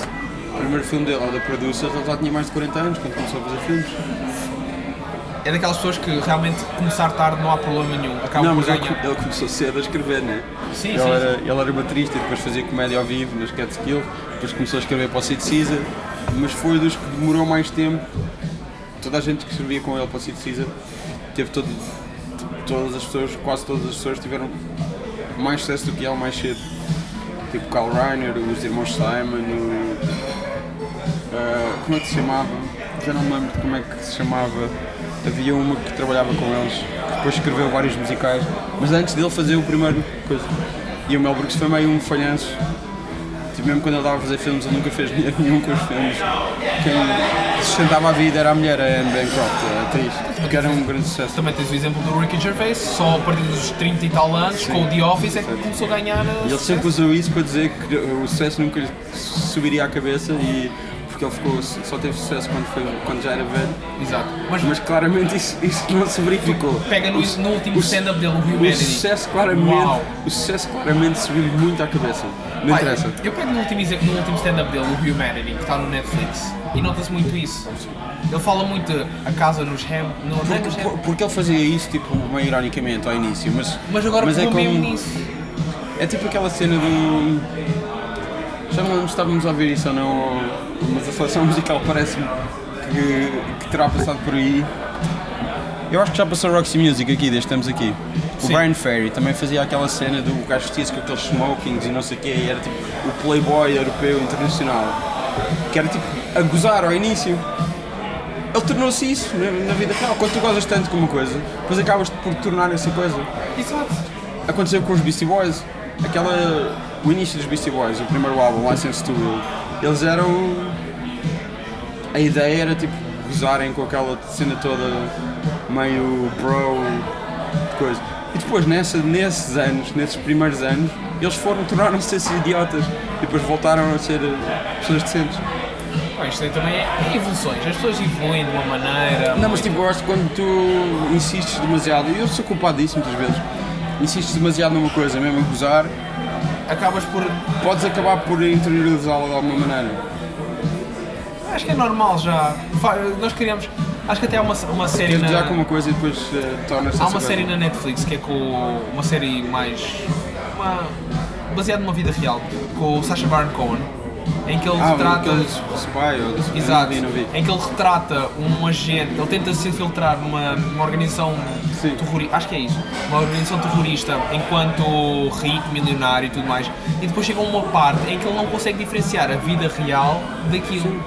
O primeiro filme dele, ou da producer, ele já tinha mais de 40 anos quando começou a fazer filmes.
É daquelas pessoas que realmente começar tarde não há problema nenhum. Acabam
não,
por
mas é ele,
ganhar.
ele começou cedo a escrever, né?
Sim,
ele
sim,
Era, ele era baterista e depois fazia comédia ao vivo nos Catskill, depois começou a escrever para o Sid Caesar, mas foi um dos que demorou mais tempo. Toda a gente que escrevia com ele para o Sid Caesar teve todo, todas as pessoas, quase todas as pessoas tiveram mais sucesso do que ele mais cedo. Tipo Carl Reiner, os irmãos Simon, o, ah, como é que se chamava? Já não me lembro de como é que se chamava. Havia uma que trabalhava com eles, que depois escreveu vários musicais, mas antes dele fazer o primeiro coisa. E o Mel Brooks foi meio um falhanço. Tipo, mesmo quando ele estava a fazer filmes, ele nunca fez dinheiro nenhum com os filmes. Quem sustentava a vida era a mulher, a Anne Bancroft, a atriz, que era um grande sucesso.
Também tens o exemplo do Ricky Gervais, só a partir dos 30 e tal anos, com o The Office, é que começou a ganhar. eh,
E ele
sucesso.
sempre usou isso para dizer que o sucesso nunca lhe subiria à cabeça e porque ele ficou, só teve sucesso quando, foi, quando já era velho.
Exato. Mas,
Mas claramente isso, isso não se verificou.
pega no,
O su-
no último
o su-
stand-up dele, o Humanity.
O sucesso claramente,
Uau.
o sucesso claramente subiu muito à cabeça. Não
Vai,
interessa.
Eu pego no último, exe- no último stand-up dele, o Humanity, que está no Netflix, e nota-se muito isso. Ele fala muito de a casa nos Ham. Não, não é nos
Porque,
Ham.
por- porque ele fazia isso tipo meio ironicamente ao início, mas
Mas agora
mas é
pegou mesmo
como
nisso.
é tipo aquela cena do já não estávamos a ouvir isso ou não, mas a seleção musical parece-me que, que terá passado por aí. Eu acho que já passou Roxy Music aqui, desde que estamos aqui. O
Sim.
Brian Ferry também fazia aquela cena do gajo vestia-se com aqueles smokings e não sei o quê, e era tipo o playboy europeu internacional. Que era tipo a gozar ao início. Ele tornou-se isso na, na vida real. Quando tu gozas tanto com uma coisa, depois acabas por te tornar essa coisa.
Exato.
Aconteceu com os Beastie Boys. Aquela, o início dos Beastie Boys, o primeiro álbum, License to Rule, eles eram. A ideia era tipo gozarem com aquela cena toda meio bro, coisa. E depois nessa, nesses anos, nesses primeiros anos, eles foram, tornaram-se esses idiotas e depois voltaram a ser eh, pessoas decentes.
Bom, isto aí também é, é evoluções. As pessoas evoluem de uma maneira.
Não, mas tipo, eu acho que quando tu insistes demasiado, e eu sou culpado disso muitas vezes, insistes demasiado numa coisa, mesmo a gozar,
Acabas por.
podes acabar por interiorizá-la de alguma maneira.
Acho que é normal já. Fa- Nós queríamos. Acho que até há uma, uma série.
Tens já
Na,
com uma coisa e depois eh, tornas-te
há
essa
uma
coisa.
série na Netflix que é com. Uma série mais. Uma, baseada numa vida real. Com o Sacha Baron Cohen. Em que ele
Ah,
trata.
aquele spy ou desse-
Exato,
Não vi, não vi.
em que ele retrata um agente, ele tenta se infiltrar numa, numa organização
Sim.
terrorista, acho que é isso, uma organização terrorista enquanto rico, milionário e tudo mais, e depois chega a uma parte em que ele não consegue diferenciar a vida real daquilo.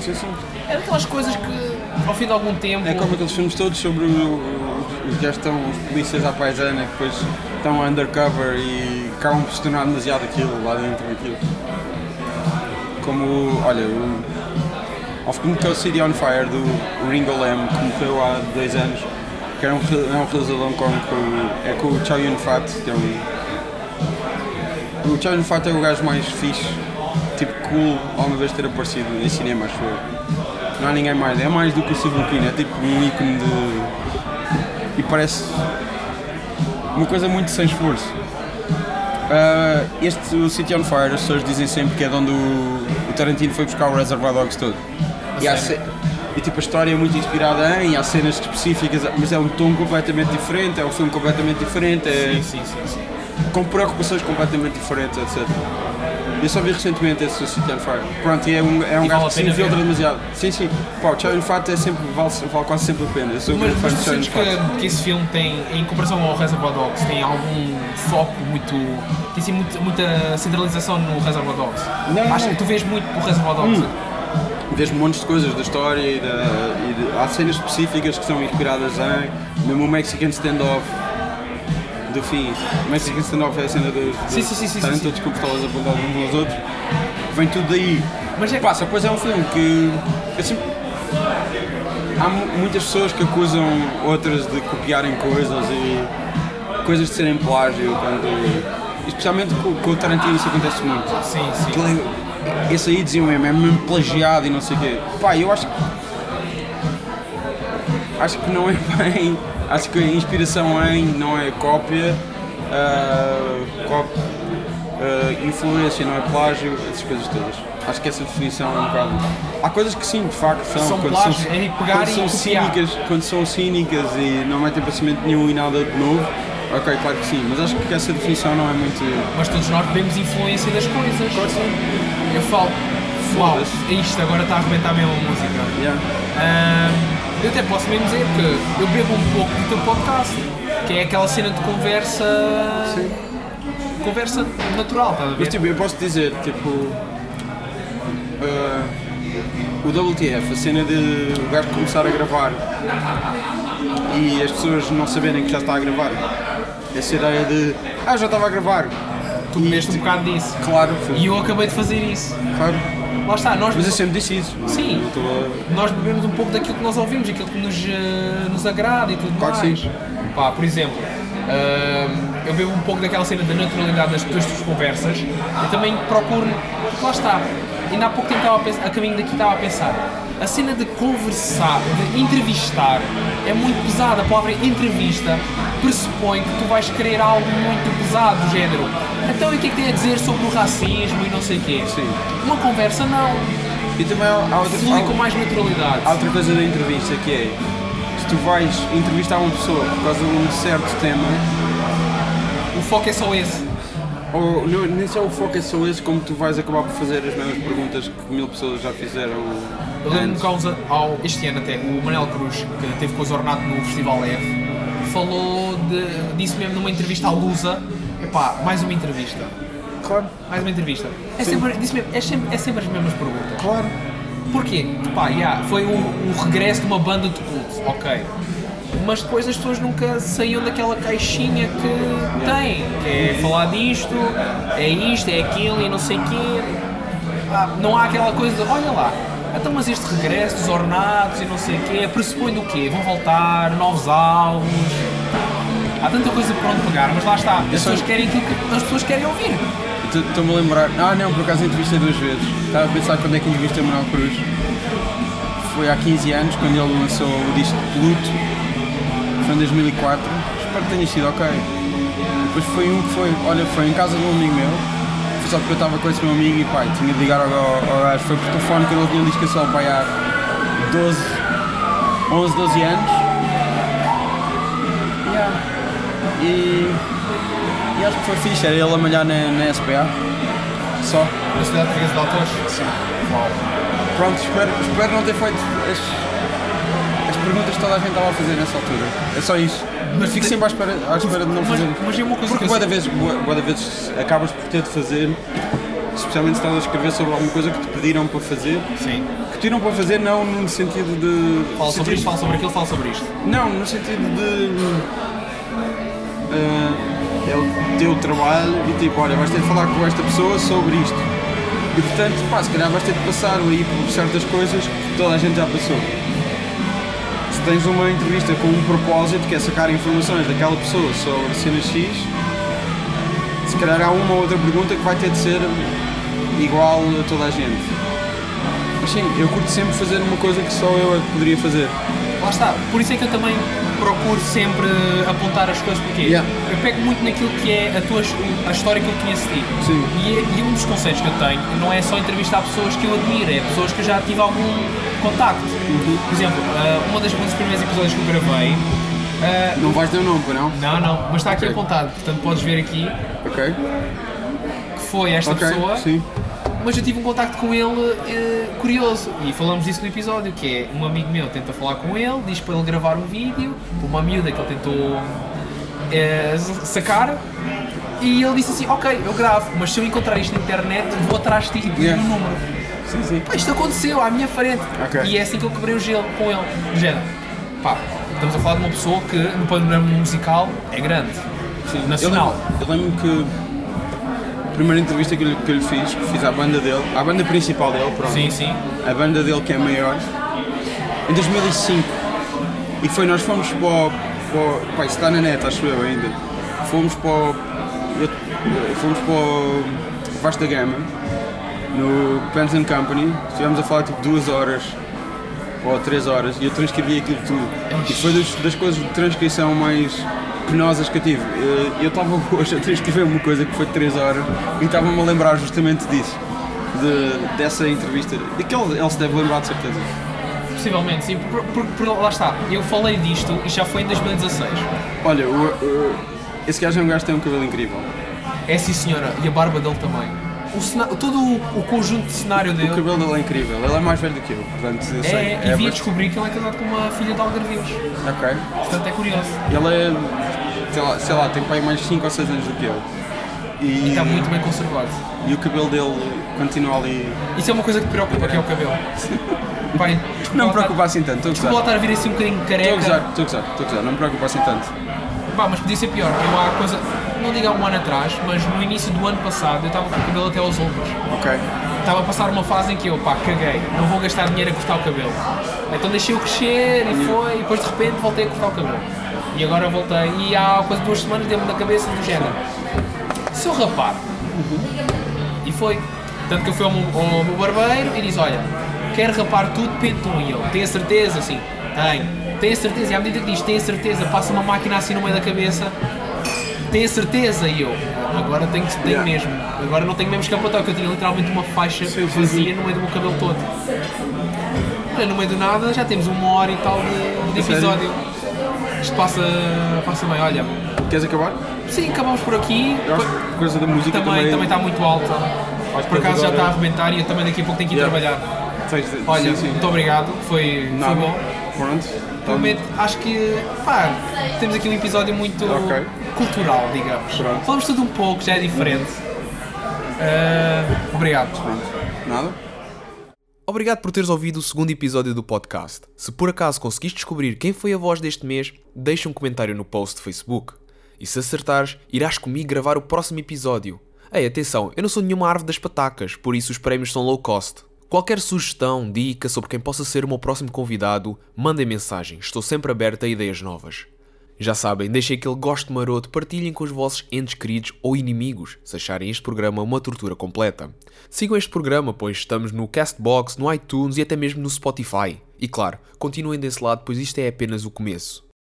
Sim, sim.
É daquelas coisas que ao fim de algum tempo.
É como aqueles filmes todos sobre o- o- os gajos que estão, os polícias à paisana, é que depois estão undercover e acabam por se tornar demasiado aquilo lá dentro daquilo. Como, o- olha, o, ao filme que é o City on Fire do Ringo Lam, que morreu há dois anos, que era um, re- é um realizador de Hong Kong, com, é com o Chow Yun-fat, que é um... O Chow Yun-fat é o gajo mais fixe, tipo cool, alguma vez ter aparecido em cinema, acho eu. Não há ninguém mais, é mais do que o Steve Keen, é tipo um ícone de... e parece uma coisa muito sem esforço. Ah, este, o City on Fire, as pessoas dizem sempre que é de onde o, o Tarantino foi buscar o Reservoir Dogs todo. E, há ce- e, tipo, a história é muito inspirada em, há cenas específicas, mas é um tom completamente diferente, é um filme completamente diferente, é
Sim, sim, sim, sim.
com preocupações completamente diferentes, etc. Eu só vi recentemente esse do City on Fire. Pronto, e é um, é um
E
gajo
vale a
que se
pena
infiltra
ver.
demasiado. Sim, sim. Pá, o Chow Fato é sempre, vale, vale quase sempre a pena. Eu sou um grande
Mas,
fã
mas
de
tu
Chow
sentes
Yun-fat.
que, que esse filme tem, em comparação ao Reservoir Dogs, tem algum foco muito tem sido muito- muita centralização no Reservoir Dogs.
Não, não,
Acho
não. Hum.
que tu vês muito do Reservoir Dogs.
Vês montes de coisas da história e, da, e de- há cenas específicas que são inspiradas em mesmo o Mexican Standoff do fim. O Mexican Standoff é a cena dos de,
Sim, sim, sim, sim,
estarem
sim.
todos com pistolas apontadas uns aos outros. Vem tudo daí.
Mas é-
Passa, pois é um filme que. eu sempre- há mu- muitas pessoas que acusam outras de copiarem coisas e coisas de serem plágio. Quando, especialmente com, com o Tarantino isso acontece muito.
Sim, sim.
Aquilo é- Esse aí diziam mesmo, é mesmo plagiado e não sei o quê. Pá, eu acho que. Acho que não é bem. Acho que a inspiração em não é cópia. ah, cópia ah, influência, não é plágio, essas coisas todas. Acho que essa definição é um bocado. Há coisas que sim, de facto, são.
São
quando
plágio,
são,
é pegar
quando
e
são
copiar.
cínicas, quando são cínicas e não metem pensamento nenhum e nada de novo. Ok, claro que sim, mas acho que essa definição não é muito.
Mas todos nós temos influência das coisas. Eu falo, uau, é
Foda-se.
isto agora está a arrebentar mesmo a música.
Yeah.
Ahm, eu até posso mesmo dizer que eu bebo um pouco do teu podcast, que é aquela cena de conversa. Conversa natural, estás a ver?
Mas tipo, eu posso dizer, tipo. ah, o WTF, a cena de o gajo começar a gravar e as pessoas não saberem que já está a gravar. Essa ideia de. Ah, já estava a gravar! tipo,
tu bebeste um bocado disso.
Claro, foi-
E eu acabei de fazer isso.
claro.
Lá está, nós,
Mas eu sempre disse isso. não-
Sim.
não estou a-
nós bebemos um pouco daquilo que nós ouvimos, aquilo que nos, eh, nos agrada e tudo
Claro que
mais.
sim.
Pá, por exemplo, ahm, eu bebo um pouco daquela cena da naturalidade das das tuas conversas e também procuro. Lá está. Ainda há pouco tempo estava a, pensar, a caminho daqui estava a pensar. A cena de conversar, de entrevistar, é muito pesada. A palavra entrevista pressupõe que tu vais querer algo muito pesado, do género. Então, e o que é que tem a dizer sobre o racismo e não sei o quê?
Sim.
Uma conversa não
E também há, há outra
flui
há-
com mais naturalidade.
Há outra coisa da entrevista que é se tu vais entrevistar uma pessoa por causa de um certo tema,
O foco é só esse.
Ou, não, nem só o foco é só esse, como tu vais acabar por fazer as mesmas perguntas que mil pessoas já fizeram.
Eu lembro-me que há uns an- ao- este ano até, o Manel Cruz, que esteve com o Zornato no Festival Leve, falou de, disso mesmo numa entrevista à Lusa. Epá, mais uma entrevista.
Claro,
Mais uma entrevista. É sempre, disse mesmo, é, sempre, é sempre as mesmas perguntas.
claro.
Porquê? Epá, yeah, foi o, o regresso de uma banda de culto, ok. Mas depois as pessoas nunca saíam daquela caixinha que têm. Que é falar disto, é isto, é aquilo e não sei o quê. Ah, não há aquela coisa de, olha lá, então mas este regresso dos ornados e não sei o quê, pressupõe do quê? Vão voltar, novos álbuns. Há tanta coisa por onde pegar, mas lá está, as
só-
pessoas querem aquilo que as pessoas querem ouvir.
Estou-me a lembrar. Ah, não, por acaso entrevistei duas vezes. Estava a pensar quando é que entrevistei o Manuel Cruz. Foi há 15 anos, quando ele lançou o disco de Luto. Foi em 2004. Espero que tenha sido ok. Depois foi um que foi, olha, foi em casa de um amigo meu. Foi só porque eu estava com esse meu amigo e pai, tinha de ligar ao, ao, ao gajo. Foi por telefone que ele tinha um disco a só pai há 12, 11, 12 anos. Yeah. E, e acho que foi fixe, era ele a malhar na, na SPA. Só.
Na cidade portuguesa de autores? Sim.
Pronto, espero, espero não ter feito as, as perguntas que toda a gente estava a fazer nessa altura. É só isso.
Mas
Mas fico
te-
sempre à espera, à espera de não
mas-
fazer.
mas é uma coisa
Porque
que eu
boa vez, bué- bué de vezes acabas por ter de fazer, especialmente se estás a escrever sobre alguma coisa que te pediram para fazer.
Sim.
Que te pediram para fazer não no sentido de.
Fala sobre
sentido-
isto, fala sobre aquilo, fala sobre isto.
Não, no sentido de. ah, é o teu trabalho e tipo, olha, vais ter de falar com esta pessoa sobre isto. E portanto, pá, se calhar vais ter de passar aí por certas coisas que toda a gente já passou. Se tens uma entrevista com um propósito que é sacar informações daquela pessoa sobre cenas X, se calhar há uma ou outra pergunta que vai ter de ser igual a toda a gente. Mas sim, eu curto sempre fazer uma coisa que só eu é que poderia fazer.
Lá está, por isso é que eu também procuro sempre apontar as coisas, porque
Yeah.
eu pego muito naquilo que é a, tua, a história que eu conheço de ti.
Sim.
E, é- e um dos conselhos que eu tenho não é só entrevistar pessoas que eu admiro, é pessoas que eu já tive algum contacto.
Uhum.
Por exemplo, ah, uma das, um dos primeiros episódios que eu gravei, ah,
Não vais ter o nome, pois não?
não, não, mas está aqui
Ok.
apontado, portanto podes ver aqui
Ok,
que foi esta
ok,
pessoa.
sim.
Mas eu tive um contacto com ele eh, curioso e falamos disso no episódio, que é um amigo meu tenta falar com ele, diz para ele gravar um vídeo, uma miúda que ele tentou eh, sacar, E ele disse assim, ok, eu gravo, mas se eu encontrar isto na internet, vou atrás de ti e digo
Yeah.
o número.
Sim, sim.
Pá, isto aconteceu à minha frente.
Ok.
E é assim que eu quebrei o gelo com ele. Do género, pá, estamos a falar de uma pessoa que no panorama musical é grande. Nacional.
Eu lembro, eu lembro que a primeira entrevista que eu, lhe- que eu lhe fiz, que fiz à banda dele, à banda principal dele, pronto.
Sim, sim.
a banda dele que é maior, em 2005. E foi, nós fomos para o. Para o pá, isso está na net, acho eu ainda. Fomos para o. eu- Fomos para o Vasta Gama, no Pants and Company, estivemos a falar tipo duas horas ou três horas e eu transcrevi aquilo tudo. E foi das, das coisas de transcrição mais penosas que eu tive. Eh, Eu estava hoje a transcrever uma coisa que foi de três horas e estava-me a lembrar justamente disso. de- dessa entrevista. Daquele ele se deve lembrar de certeza.
Possivelmente, sim. Por, por- por- lá está, eu falei disto e já foi em 2016.
Olha, o, o- esse gajo é um gajo que tem um cabelo incrível.
É sim senhora, e a barba dele também. O cena- todo o, o conjunto de cenário
O
dele.
cabelo dele é incrível. Ele é mais velho do que eu. Portanto, eu sei.
É, e via
bastante-
descobrir que ele é casado com uma filha de Algarvios.
Ok.
Portanto, é curioso.
Ele é. Sei lá, sei lá, tem pai mais 5 ou 6 anos do que eu. E,
Está tá muito bem conservado.
e o cabelo dele continua ali.
Isso é uma coisa que me preocupa, que é o cabelo. Pai,
Não me preocupa assim tanto, estou
Desculpa
a
lá
gozar.
estar a vir assim um bocadinho
Estou a
careca.
gozar, estou a gozar, estou a gozar, não me preocupa assim tanto.
Pá, mas podia ser pior. Eu há coisa, não digo há um ano atrás, mas no início do ano passado eu estava com o cabelo até aos ombros.
Ok.
Estava a passar uma fase em que eu, pá, caguei, não vou gastar dinheiro a cortar o cabelo. Então deixei-o crescer e foi, e depois de repente voltei a cortar o cabelo. E agora voltei, e há quase duas semanas deu-me na cabeça do género. Se eu rapar. E foi. Tanto que eu fui ao meu, ao meu barbeiro e diz: Olha, quero rapar tudo pentum. E eu, tenho a certeza? Sim, tenho. Tenho a certeza. E à medida que diz: Tenho a certeza, passa uma máquina assim no meio da cabeça. Tenho a certeza. E eu, agora tenho, que- tenho
Yeah.
mesmo. Agora não tenho mesmo escapatório, que eu tinha literalmente uma faixa
Sim, sim,
vazia no meio do meu cabelo todo. Olha, no meio do nada já temos uma hora e tal de, de
A sério?
episódio. Isto passa, passa bem. Olha,
Queres acabar?
sim, acabamos por aqui.
Eu acho que a coisa da música
Também,
também.
também está muito alta.
Acho
Por
que
acaso já
agora-
está a arrebentar e eu também daqui a pouco tenho que ir
Yeah.
trabalhar.
Tens de-
Olha,
sim, sim.
muito obrigado, foi, foi
Nada. Tá.
bom.
Pronto. Então,
Realmente acho que pá, temos aqui um episódio muito
Ok.
cultural, digamos.
Pronto. Uhum.
Falamos tudo um pouco, já é diferente. Ah, obrigado.
Pronto. Nada?
Obrigado por teres ouvido o segundo episódio do podcast. Se por acaso conseguiste descobrir quem foi a voz deste mês, deixa um comentário no post do Facebook. E se acertares, irás comigo gravar o próximo episódio. Ei, atenção, eu não sou nenhuma árvore das patacas, por isso os prémios são low cost. Qualquer sugestão, dica sobre quem possa ser o meu próximo convidado, mandem mensagem, estou sempre aberto a ideias novas. Já sabem, deixem aquele gosto maroto, partilhem com os vossos entes queridos ou inimigos, se acharem este programa uma tortura completa. Sigam este programa, pois estamos no Castbox, no iTunes e até mesmo no Spotify. E claro, continuem desse lado, pois isto é apenas o começo.